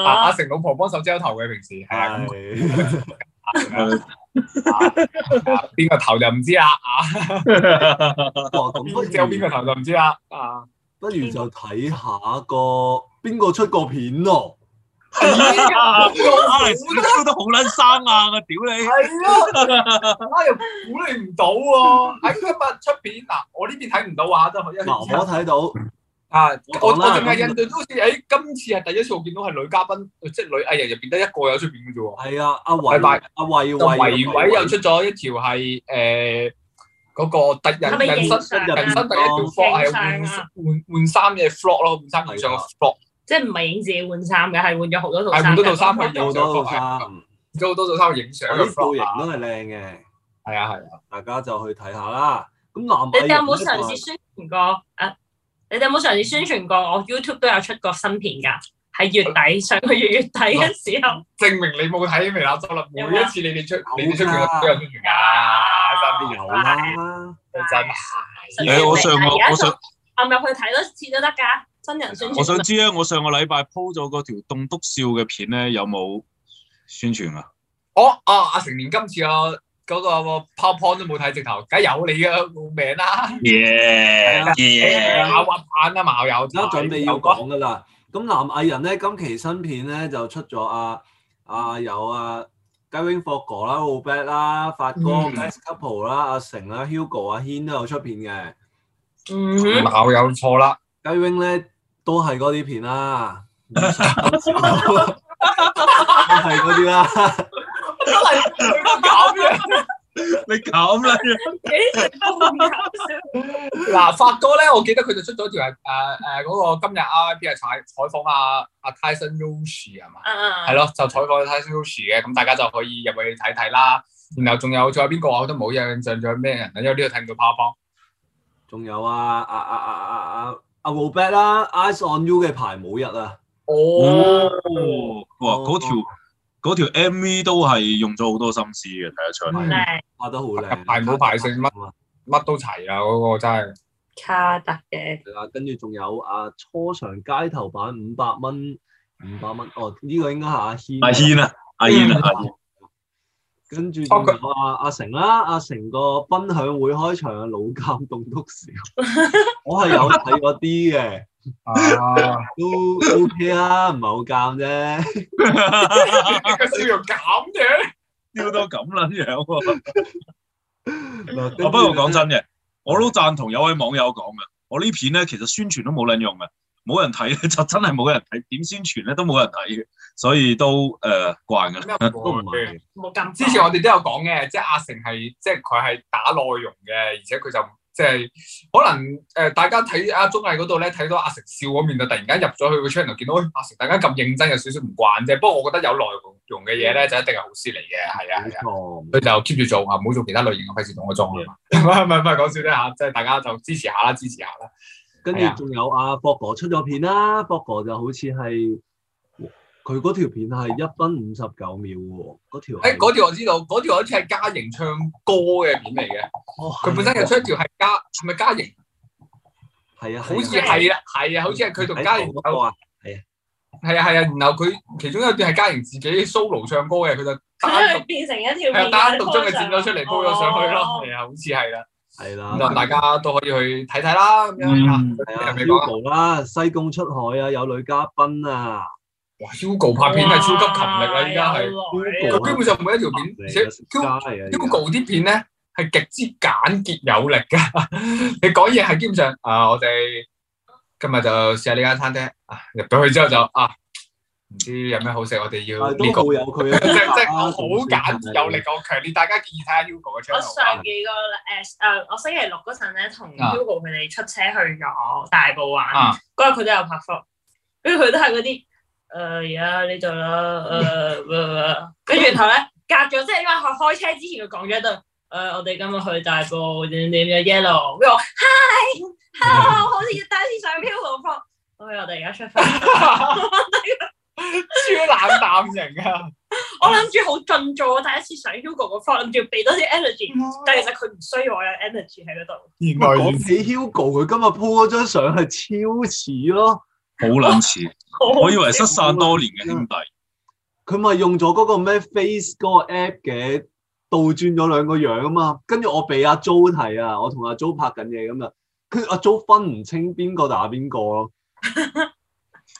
Speaker 4: 啊
Speaker 3: 阿成老婆幫手膠頭嘅平時係啊，咁
Speaker 2: 係
Speaker 3: [laughs] 啊邊個頭就唔知啦，啊
Speaker 2: 哇咁不
Speaker 3: 之後邊
Speaker 2: 如
Speaker 3: 個頭就唔知啦，啊 [laughs]
Speaker 2: 不如就睇下個邊個出過片咯。
Speaker 1: Alex 啊你超都好撚生硬啊！屌你！
Speaker 3: 係咯，啊又估你唔到喎！喺今日出片嗱，我呢邊睇唔到啊，都因為 [laughs]
Speaker 2: 嗱，我睇到
Speaker 3: 啊，我我
Speaker 2: 講啦
Speaker 3: 淨係印象都好似誒，今次啊係第一次我見到係女嘉賓，即係女藝人入邊得一個有出片嘅啫喎。
Speaker 2: 係啊，阿
Speaker 3: 拜
Speaker 2: 維
Speaker 3: 拜
Speaker 2: 阿維
Speaker 3: 就維
Speaker 2: 維
Speaker 3: 維又出咗一條係誒呃嗰個第
Speaker 4: 係咪
Speaker 3: 人人
Speaker 4: 影
Speaker 3: 生
Speaker 4: 相
Speaker 3: 人生
Speaker 4: 啊？
Speaker 3: 第一條 flog 係換
Speaker 4: 影相啊
Speaker 3: 換換衫嘅 flog 咯，換衫換上個 flog，
Speaker 4: 即係唔係影自己換衫嘅，係換咗好多套衫
Speaker 3: 係
Speaker 4: 嘅。
Speaker 3: 換咗套衫去
Speaker 2: 有
Speaker 3: 影
Speaker 2: 好
Speaker 3: 相
Speaker 2: 多套
Speaker 3: flog，
Speaker 2: 衫，
Speaker 3: 然啊之後好多套衫去影相
Speaker 2: 我啲嗯哎
Speaker 3: 嘅
Speaker 2: 造
Speaker 3: flog，
Speaker 2: 型都係靚嘅，
Speaker 3: 係啊係啊，
Speaker 2: 大家就去睇下啦。咁
Speaker 3: 哎
Speaker 2: 男
Speaker 4: 你
Speaker 2: 藝人
Speaker 4: 哋有冇
Speaker 2: 呢
Speaker 4: 嘗試宣傳過？啊，你哋有冇嘗試宣傳過？我 YouTube 都有出過新片㗎，喺月底上個月月底嘅時候，
Speaker 3: 證明你冇睇微辣周啦，每
Speaker 4: 有啊
Speaker 3: 一次你哋出你哋出
Speaker 2: 有㗎
Speaker 3: 嘅都有宣傳㗎，
Speaker 2: 有啊啦，
Speaker 3: 真係真係
Speaker 4: 實
Speaker 1: 誒，我
Speaker 4: 證
Speaker 1: 上
Speaker 4: 明
Speaker 1: 個
Speaker 4: 而家
Speaker 1: 我上
Speaker 4: 撳入去睇多次都得㗎，真人宣傳。
Speaker 1: [laughs] 我想知啊咧，我上個禮拜 po 咗嗰條棟篤笑嘅片咧，有冇宣傳啊？
Speaker 3: 哦哦，阿成年今次啊嗰個 PowerPoint 都冇睇，直頭梗係有你嘅冇名啦，
Speaker 1: 耶耶！
Speaker 3: 馬滑板啊嘛，我有
Speaker 2: 而家準備要講噶啦。咁男藝人咧，今期新片咧就出咗啊啊有啊雞 wing 霍哥啦、奧 b a 啦、發哥、
Speaker 3: 嗯
Speaker 2: Best Couple 啦、阿成啦、Hugo 阿軒都有出片嘅。
Speaker 4: 嗯哼，
Speaker 3: 鬧有錯啦，
Speaker 2: 雞 wing 咧都係嗰啲片啦，唔使咁少都係嗰啲啦。
Speaker 3: 真係佢 [laughs] 搞嘅。
Speaker 1: 你咁啦，
Speaker 4: [laughs] 幾時都唔搞笑
Speaker 3: 嗱，發哥咧，我記得佢就出咗條係誒誒嗰個今日 RIP 係採採訪阿阿 Tyson Yoshi 啊係嘛？
Speaker 4: 嗯
Speaker 3: 係咯，就採訪 Tyson Yoshi 嘅，咁大家就可以入去睇睇啦。然後仲有仲有邊個啊我都冇印象，仲有咩人啊？因為呢度睇唔到 PowerPoint。
Speaker 2: 仲有啊啊啊啊啊啊阿 r o b e t 啦，Eyes on You 嘅排舞日啊，
Speaker 3: 哦，
Speaker 1: 哇，嗰條嗰條 MV 都係用咗好多心思嘅，睇得出。
Speaker 4: 嗯，靚
Speaker 2: 拍得好靚，
Speaker 3: 排舞排成乜
Speaker 2: 啊？
Speaker 3: 乜都齊啦，嗰個真係。
Speaker 4: 卡特嘅，
Speaker 2: 係啦，跟住仲有啊初上街頭版五百蚊，五百蚊哦，呢、個應該係阿軒。
Speaker 1: 阿軒啊，阿軒啊，阿軒
Speaker 2: 跟住仲有阿阿成啦，阿成個分享會開場嘅老監棟篤笑，
Speaker 3: [laughs]
Speaker 2: 我係有睇嗰啲嘅， [laughs]
Speaker 3: 啊！
Speaker 2: 都 OK 啊，唔係好尷啫。
Speaker 3: 個笑容咁樣，
Speaker 1: 丟到咁撚樣喎。
Speaker 2: 嗱
Speaker 1: 哦我不過講，真嘅，我都贊同有位網友講嘅，我呢片咧其實宣傳都冇撚用嘅， [laughs] 冇人睇咧就真係冇人睇，點宣傳咧都冇人睇嘅，所以都誒、呃、慣嘅。
Speaker 2: [laughs]
Speaker 3: 咩
Speaker 2: 都唔係
Speaker 4: 冇咁
Speaker 3: 之
Speaker 4: [laughs]
Speaker 3: 前我哋都有講嘅，即係阿成係即係佢係打內容嘅，而且佢就即係可能誒、呃大家睇阿綜藝嗰度咧睇到阿成笑嗰面就突然間入咗去個 channel 見到，喂、阿成大家咁認真有少少唔慣啫。不過我覺得有內容嘅嘢
Speaker 2: 嗯
Speaker 3: 咧就一定係好事嚟嘅，係啊
Speaker 2: 冇錯，
Speaker 3: 係啊。佢就 keep 住做啊，唔好做其他類型嘅，費事同我撞啊嘛。
Speaker 2: 嗯
Speaker 3: [laughs] 唔係唔係唔係講笑啫嚇，即係大家就支持下啦，支持下啦。
Speaker 2: 跟
Speaker 3: 係啊
Speaker 2: 住仲有阿博哥出咗片啦，博哥就好似係佢嗰條片係一分五十九秒喎，嗰條
Speaker 3: 誒嗰條我知道，嗰條好似係嘉瑩唱歌嘅片嚟嘅，佢本身
Speaker 2: 係
Speaker 3: 又出一條係嘉係咪嘉瑩？
Speaker 2: 係啊，
Speaker 3: 好似係啦，係啊，好似係佢同嘉瑩
Speaker 2: 嗰個啊，
Speaker 3: 係啊係啊，然後佢其中一段係嘉瑩自己 solo 唱歌嘅，佢就單 [laughs]
Speaker 4: 佢
Speaker 3: 獨
Speaker 4: 變成一條
Speaker 3: 係啊
Speaker 4: 片，
Speaker 3: 單獨將佢剪咗出嚟 po 咗上去
Speaker 4: 哦
Speaker 3: 咯，係啊，好似係啦，
Speaker 2: 係啦
Speaker 3: 咁。就大家都可以去睇睇啦，咁樣啊，
Speaker 2: 係啊
Speaker 3: 你講啊
Speaker 2: ，Hugo 啦，西貢出海啊，有女嘉賓啊，
Speaker 3: 哇，Hugo 拍片係超級勤力啊啦，依家係，啊
Speaker 2: 有
Speaker 4: 係。
Speaker 3: 佢基本上每一條片，而
Speaker 2: 啊
Speaker 3: 且 Hugo-
Speaker 2: 嚟
Speaker 3: Hugo 啲片咧係極之簡潔有力噶， [laughs] 你講嘢係基本上啊，我哋今日就試下呢間餐廳啊，入到去之後就啊，唔知有咩好食，我哋要
Speaker 2: 但係
Speaker 3: 呢
Speaker 2: 啊都
Speaker 3: 個
Speaker 2: 好。有佢啊嘅風
Speaker 3: 即 [laughs]
Speaker 2: 格
Speaker 3: 即我
Speaker 2: 啦，
Speaker 3: 好簡潔有力，我強烈大家建議睇下 Hugo 嘅
Speaker 4: 我
Speaker 3: channel 啊。
Speaker 4: 上幾個誒誒，我星期六嗰陣咧，同
Speaker 3: 啊
Speaker 4: Hugo 佢哋出車去咗大埔玩
Speaker 3: 啊，
Speaker 4: 嗰日佢都有拍 vlog，跟住佢都係嗰啲誒而家呢度呃啦，誒呃跟住然後咧隔咗，即係因為佢開車之前佢講咗一句誒，呃我哋今日去大埔點點點 yellow，跟住我 hi，hello，好似第一次上 Hugo vlog，我哋我哋而家出發，
Speaker 3: 超冷淡型啊！
Speaker 4: 我諗住好盡做，我第一次上 Hugo 個 vlog，諗住俾多啲 energy，但係其實佢唔需要我有 energy 喺嗰度。
Speaker 3: 原來
Speaker 2: 講起 Hugo，佢今日 po 嗰張相係超似咯，
Speaker 1: 好撚 [laughs] 似，我以為失散多年嘅兄弟，
Speaker 2: 佢咪用咗嗰個咩 Face 嗰個 app 嘅，倒轉咗兩個樣啊嘛。跟住我俾阿 Jo 睇啊，我同阿 Jo 拍緊嘢咁啊，跟住阿 Jo 分唔清邊個打邊個咯，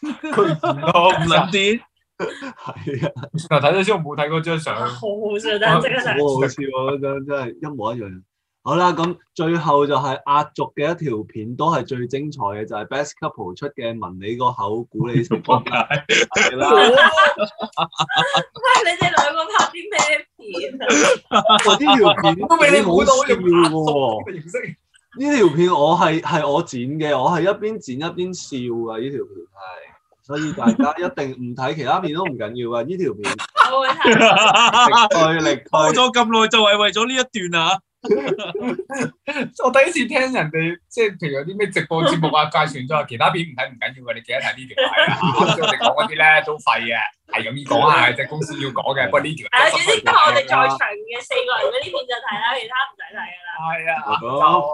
Speaker 1: 咁撚 [laughs] 啲，
Speaker 2: 係啊，
Speaker 3: 嗱睇咗先，我冇睇過張相。
Speaker 4: 好好笑，真係即刻
Speaker 2: 好
Speaker 4: 就
Speaker 2: 好笑啊！嗰張真係一模一樣。好啦，咁最後就係壓軸嘅一條片，都係最精彩嘅，就係、Best Couple 出嘅文你個口，估你食
Speaker 1: 仆街，
Speaker 2: 係啦。
Speaker 6: 你哋兩個拍啲咩片啊？
Speaker 2: 哇！呢條片
Speaker 3: 都俾你估到
Speaker 2: 好笑
Speaker 3: 你
Speaker 2: 嘅喎。
Speaker 3: 形式。
Speaker 2: 呢條片我係係我剪嘅，我係一邊剪一邊笑㗎。呢條片係，所以大家一定唔睇其他片都唔緊要㗎。啊呢條片
Speaker 6: 我會睇。
Speaker 2: 力推力
Speaker 1: 煲 [laughs]
Speaker 2: 推，
Speaker 1: 咗咁耐就係為咗呢一段啊！
Speaker 3: 我第一次聽人哋即係譬如有啲咩直播節目啊，介紹咗其他片唔睇唔緊要嘅，你記得睇呢條係啊。啱先我哋講嗰啲咧都廢嘅，係咁意講啊，係隻公司要講嘅，不過呢條
Speaker 6: 係啊，總之今日我哋在
Speaker 3: 係
Speaker 6: 場嘅四個人嗰啲片就睇啦，其他唔使睇㗎啦。
Speaker 3: 啊，就
Speaker 2: 好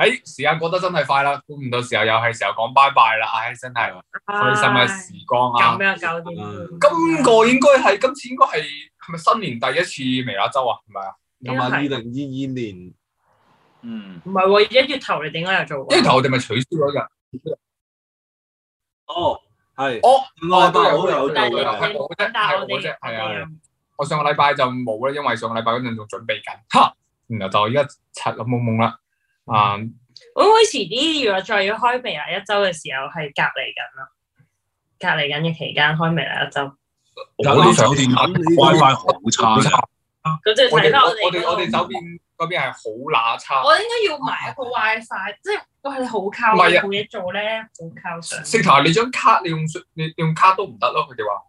Speaker 3: 誒時間過得真係快啦，估唔到時候又係時候講拜拜啦，唉真係開心嘅時光啊！
Speaker 4: 咁樣搞掂。
Speaker 3: 今個應該係今次應該係係咪新年第一次微辣周啊？係咪啊？
Speaker 2: 同埋二零二二年
Speaker 1: 嗯，
Speaker 4: 唔係喎，一月頭你點解又做啊過？
Speaker 3: 因為頭我哋咪取消咗㗎。
Speaker 2: 哦，係
Speaker 3: 哦，
Speaker 2: 我禮拜好有啊做
Speaker 3: 但係
Speaker 6: 你
Speaker 2: 嘅。
Speaker 3: 係我啫，
Speaker 4: 但係
Speaker 3: 係
Speaker 4: 我
Speaker 3: 我
Speaker 4: 哋
Speaker 3: 啫，係
Speaker 4: 我哋
Speaker 3: 啊
Speaker 4: 又。
Speaker 3: 我上個禮拜就冇啦，因為上個禮拜嗰陣仲準備緊，嚇，然後就而家刷咁冇夢啦。啊，
Speaker 4: 會唔會遲啲如果再要開微辣一周嘅時候係隔離緊啦？隔離緊嘅期間開微辣一周，
Speaker 1: 我啲酒店
Speaker 2: 咁你
Speaker 1: WiFi 好差
Speaker 3: 好
Speaker 1: 嘅，
Speaker 3: 差！
Speaker 4: 咁就
Speaker 3: 我
Speaker 4: 睇
Speaker 3: 哋
Speaker 4: 翻
Speaker 3: 我
Speaker 4: 我
Speaker 3: 我哋
Speaker 4: 哋
Speaker 3: 我哋酒
Speaker 4: 嗰個
Speaker 3: 店嗰邊係好乸差，
Speaker 4: 我應該要買一個 WiFi，即係哇！你好靠
Speaker 3: 啊唔係啊
Speaker 4: 冇嘢做咧，好靠上。
Speaker 3: 直頭係你張卡你用信你你用卡都唔得咯，佢哋話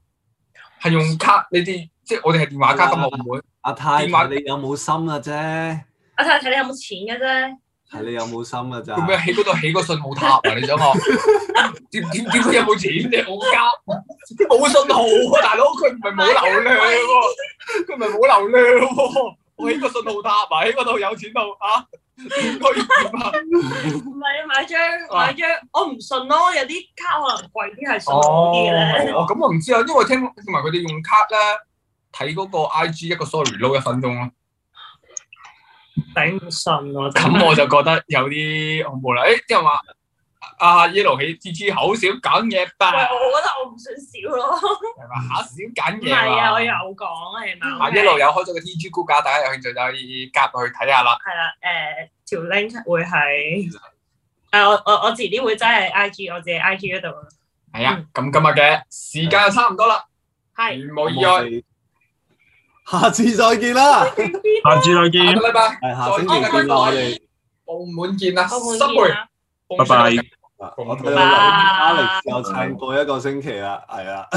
Speaker 3: 係用卡你哋即係我哋係電話卡咁澳門，
Speaker 2: 阿太，
Speaker 3: 電話
Speaker 2: 你有冇心啊？啫，
Speaker 4: 我睇睇你有冇錢嘅啫。
Speaker 2: 係你有冇心啊？咋？
Speaker 3: 做咩喺嗰度起個信號塔啊？你想 [laughs] 我點點點佢有冇錢啫？我家冇信號啊，大佬佢唔係冇流量喎， [laughs] 佢唔係冇流量喎，我起個信號塔啊，喺嗰度有錢到啊，點可以點啊？
Speaker 4: 唔係買張
Speaker 3: 啊
Speaker 4: 買張，我唔信咯。有啲卡可能貴啲，係信好
Speaker 3: 哦，
Speaker 4: 啲嘅咧。
Speaker 3: 哦咁我唔知啊，因為聽同埋佢哋用卡咧睇嗰個 I G 一個 story 撈一分鐘咯。
Speaker 4: 頂唔順我真係。
Speaker 3: 咁我就覺得有啲恐怖啦。誒，啲人話啊阿 Yellow 喺 T T 好少講嘢吧，
Speaker 4: 喂，我覺得我唔信少咯。
Speaker 3: 係嘛？好少
Speaker 4: 唔
Speaker 3: 講
Speaker 4: 係啊，我有
Speaker 3: 嘢嘛。嗯
Speaker 4: 講係啊嘛？
Speaker 3: 阿 Yellow 啊有開咗個 T G 估價，大家有興趣就可以夾去睇下啦。
Speaker 4: 係啦，誒條 link 會係誒我我我遲啲會真係 IG 我自己 IG 嗰度。
Speaker 3: 係啊，咁今日嘅時間差唔多啦，
Speaker 4: 係，
Speaker 3: 如無意外，
Speaker 2: 下次再見
Speaker 1: [laughs]
Speaker 2: 啦，
Speaker 1: 下次再
Speaker 3: 下
Speaker 1: 見，
Speaker 3: 個禮拜
Speaker 2: 係下星期見啦，我哋
Speaker 3: 澳門見啦，
Speaker 4: 我
Speaker 3: 新
Speaker 4: 滿
Speaker 3: 梅
Speaker 4: 意，啊！
Speaker 1: 拜拜。
Speaker 2: 我睇到 Alex 又撐過一個星期啦，係啊。